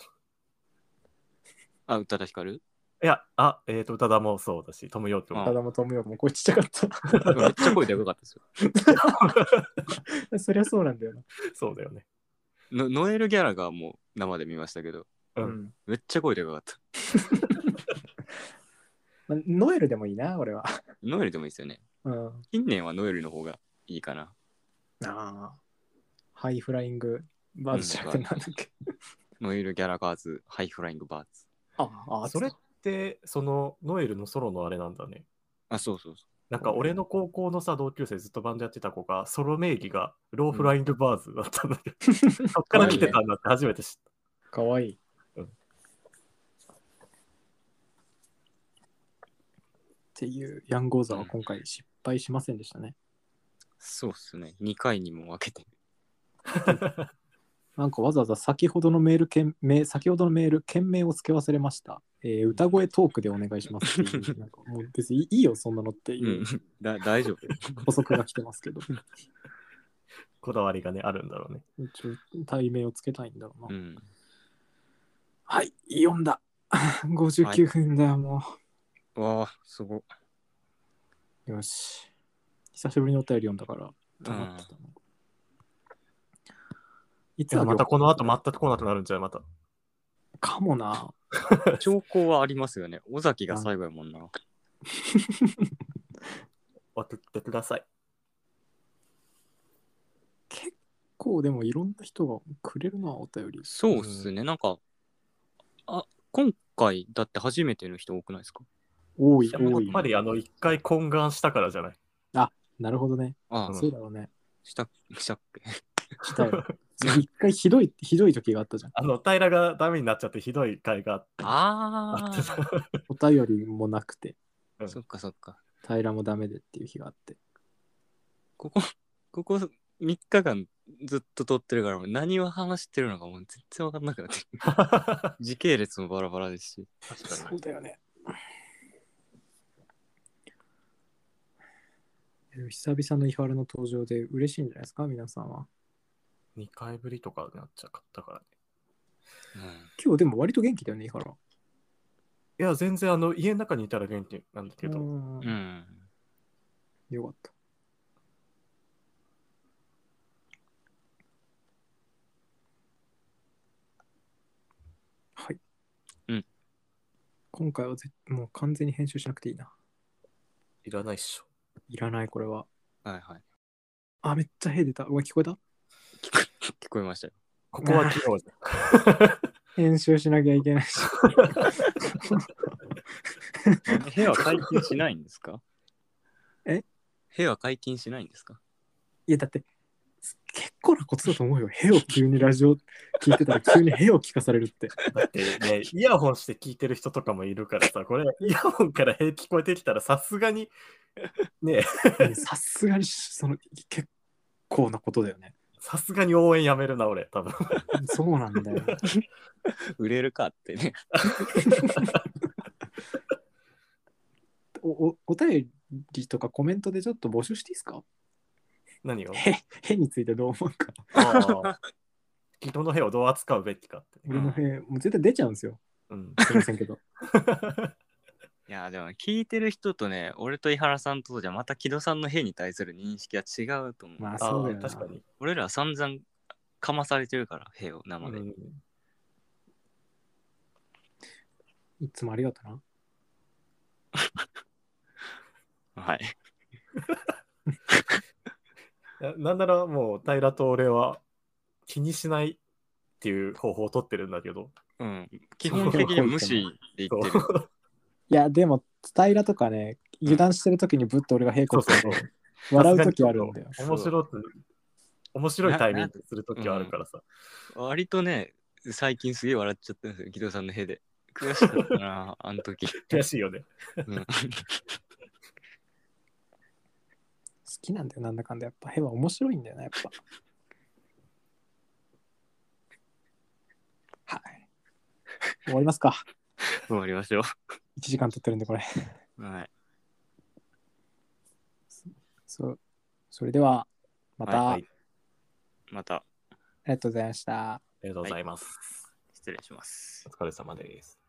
[SPEAKER 4] あ、宇多田ヒカル
[SPEAKER 3] いや、あ、えっ、ー、と、宇多田もそうだし、トム・ヨークも。
[SPEAKER 4] あ
[SPEAKER 1] ただもトムヨークも声ちっちゃかっ
[SPEAKER 4] めっちゃ声でかかったですよ。
[SPEAKER 1] た。 そりゃそうなんだよな。
[SPEAKER 3] そうだよね。
[SPEAKER 4] のノエル・ギャラがもう生で見ましたけど、
[SPEAKER 3] うん
[SPEAKER 1] うん
[SPEAKER 4] めっちゃ声でかかった。
[SPEAKER 1] まあノエルでもいいな、俺は。
[SPEAKER 4] ノエルでもいいですよね。
[SPEAKER 1] うん。あ
[SPEAKER 4] 近年はノエルの方がいいかな。
[SPEAKER 1] あ。ハイフライングバーズじゃなくてなんだっけ。
[SPEAKER 4] ノエル・ギャラガーズ、ハイフライング・バーツ。
[SPEAKER 1] あ
[SPEAKER 3] それって、その、ノエルのソロのあれなんだね。
[SPEAKER 4] あ、そうそうそ
[SPEAKER 3] なんか俺の高校のさ、同級生ずっとバンドやってた子が、ソロ名義がローフライングバーズだったんだけど、そっから来てたんだって初めて知っ
[SPEAKER 1] かわいい。
[SPEAKER 3] うん
[SPEAKER 1] っていうヤンゴーザは今回失敗しませんでしたね。
[SPEAKER 4] う。そうっすね。2回にも分けて。
[SPEAKER 3] た。
[SPEAKER 1] なんかわざわざ先ほどのメール件名、先ほどのメール、件名を付け忘れました。えー歌声トークでお願いしますって いう。なんかもう別にいいよ、そんなのって
[SPEAKER 4] う
[SPEAKER 1] い
[SPEAKER 4] ん
[SPEAKER 1] う。
[SPEAKER 4] だ大丈 夫。
[SPEAKER 1] 補足が来てますけ ど。
[SPEAKER 3] こだわりがね、あるんだろうね。
[SPEAKER 1] 一応、題名をつけたいんだろうな。
[SPEAKER 4] うん。
[SPEAKER 1] はい、読んだ。59分だよ、もう。
[SPEAKER 4] わあ、すごい。
[SPEAKER 1] よし。久しぶりにお便り読んだから、どうなってたの、い
[SPEAKER 3] い
[SPEAKER 1] つ
[SPEAKER 3] や、
[SPEAKER 1] は
[SPEAKER 3] またこの後全く来なくなるんじゃないまた。
[SPEAKER 1] かもな。
[SPEAKER 4] 兆候はありますよね。尾崎が最後やもんな。
[SPEAKER 3] 送ってください。
[SPEAKER 1] 結構でもいろんな人がくれるな、お便り。
[SPEAKER 4] そうっすね。なんか、あ、今回だって初めての人多くないですか
[SPEAKER 1] 多い、
[SPEAKER 3] や
[SPEAKER 1] 多
[SPEAKER 3] っ
[SPEAKER 1] い。
[SPEAKER 3] ぱりあの、一回懇願したからじゃない。
[SPEAKER 1] なるほどね。
[SPEAKER 4] あ
[SPEAKER 3] うん
[SPEAKER 1] そうだろうね。
[SPEAKER 4] した、したっけ
[SPEAKER 1] したよ。一回ひどい、ひどい時があったじゃん。
[SPEAKER 3] あの、平がダメになっちゃってひどい回があっ
[SPEAKER 4] あ
[SPEAKER 3] あってた
[SPEAKER 4] あ。
[SPEAKER 1] お便りもなくて、
[SPEAKER 4] そっかそっか。
[SPEAKER 1] 平もダメでっていう日があって。
[SPEAKER 4] ここ、ここ3日間ずっと撮ってるから、もう何を話してるのかもう全然わかんなくなってきて。 時系列もバラバラですし。
[SPEAKER 3] 確か
[SPEAKER 1] うだよね。久々の伊原の登場で嬉しいんじゃないですか、皆さんは。
[SPEAKER 3] に。2回ぶりとかになっちゃったからね。
[SPEAKER 4] うん
[SPEAKER 1] 今日でも割と元気だよね、伊原。
[SPEAKER 3] いや、全然あの、家の中にいたら元気なんだけど、
[SPEAKER 1] うん
[SPEAKER 4] うん。
[SPEAKER 1] よかった。はい。
[SPEAKER 4] うん。
[SPEAKER 1] 今回はぜもう完全に編集しなくていいな。
[SPEAKER 3] いらないっしょ。
[SPEAKER 1] いらない、これは。
[SPEAKER 4] はいはい。
[SPEAKER 1] あ、めっちゃ屁出た。うわ、聞こえた
[SPEAKER 4] 聞こえ聞こえましたよ。
[SPEAKER 3] ここは昨日じ
[SPEAKER 1] 編集しなきゃいけないし。
[SPEAKER 4] 部屋解禁しないんですか
[SPEAKER 1] え
[SPEAKER 4] 部屋解禁しないんですか
[SPEAKER 1] いや、だって、結構なことだと思うよ。屁を急にラジオ聞いてたら急に屁を聞かされる って。
[SPEAKER 3] ゃん。 だってね、イヤホンして聞いてる人とかもいるからさ、これ、イヤホンから平気聞こえてきたらさすがに、ねえ
[SPEAKER 1] ねさすがに、その、結構なことだよね。
[SPEAKER 3] さすがに応援やめるな、俺、多分。
[SPEAKER 1] そうなんだよ。
[SPEAKER 4] 売れるかってね。
[SPEAKER 1] おおお便りとかコメントでちょっと募集していいですか
[SPEAKER 3] 何を
[SPEAKER 1] へ、へについてどう思うか。
[SPEAKER 3] ああ人の部屋をどう扱うべきかってね、
[SPEAKER 1] 俺のへ、もう絶対出ちゃうんですよ。
[SPEAKER 3] うん。
[SPEAKER 1] すいませんけど。
[SPEAKER 4] いやでも聞いてる人とね、俺と井原さんとじゃまた木戸さんの兵に対する認識は違うと思う。
[SPEAKER 1] まあ、
[SPEAKER 3] あ
[SPEAKER 1] そうだ
[SPEAKER 3] あ
[SPEAKER 1] よな。
[SPEAKER 3] 確かに、
[SPEAKER 4] 俺らは散々かまされてるから、兵を生で。
[SPEAKER 3] うん
[SPEAKER 1] いつもありがとな。
[SPEAKER 4] はい。
[SPEAKER 3] な。なんならもう平と俺は気にしないっていう方法を取ってるんだけど。
[SPEAKER 4] うん。基本的に無視で言ってる。
[SPEAKER 1] いや、でも、伝えらとかね、油断してる時にぶっと俺がへこ
[SPEAKER 3] そう
[SPEAKER 1] って
[SPEAKER 3] そうそう。
[SPEAKER 1] 笑う時あるんだよ。
[SPEAKER 3] さすがにちょっと面白い、面白いタイミングする時はあるからさ。
[SPEAKER 4] 割とね、最近すげえ笑っちゃったんですよ、木戸さんの兵で。悔しかったな、 あの時。
[SPEAKER 3] 悔しいよね。
[SPEAKER 4] うん
[SPEAKER 1] 好きなんだよ、なんだかんだ。やっぱ、へは面白いんだよな、やっぱ。はい。終わりますか。
[SPEAKER 4] 終わりましょ
[SPEAKER 1] 1時間経ってるんで、これ。
[SPEAKER 4] う。はい。
[SPEAKER 1] そう。それでは、また、
[SPEAKER 3] はいはい
[SPEAKER 4] また
[SPEAKER 1] ありがとうございました。
[SPEAKER 3] ありがとうございます。
[SPEAKER 4] 失礼します。
[SPEAKER 3] お疲れ様です。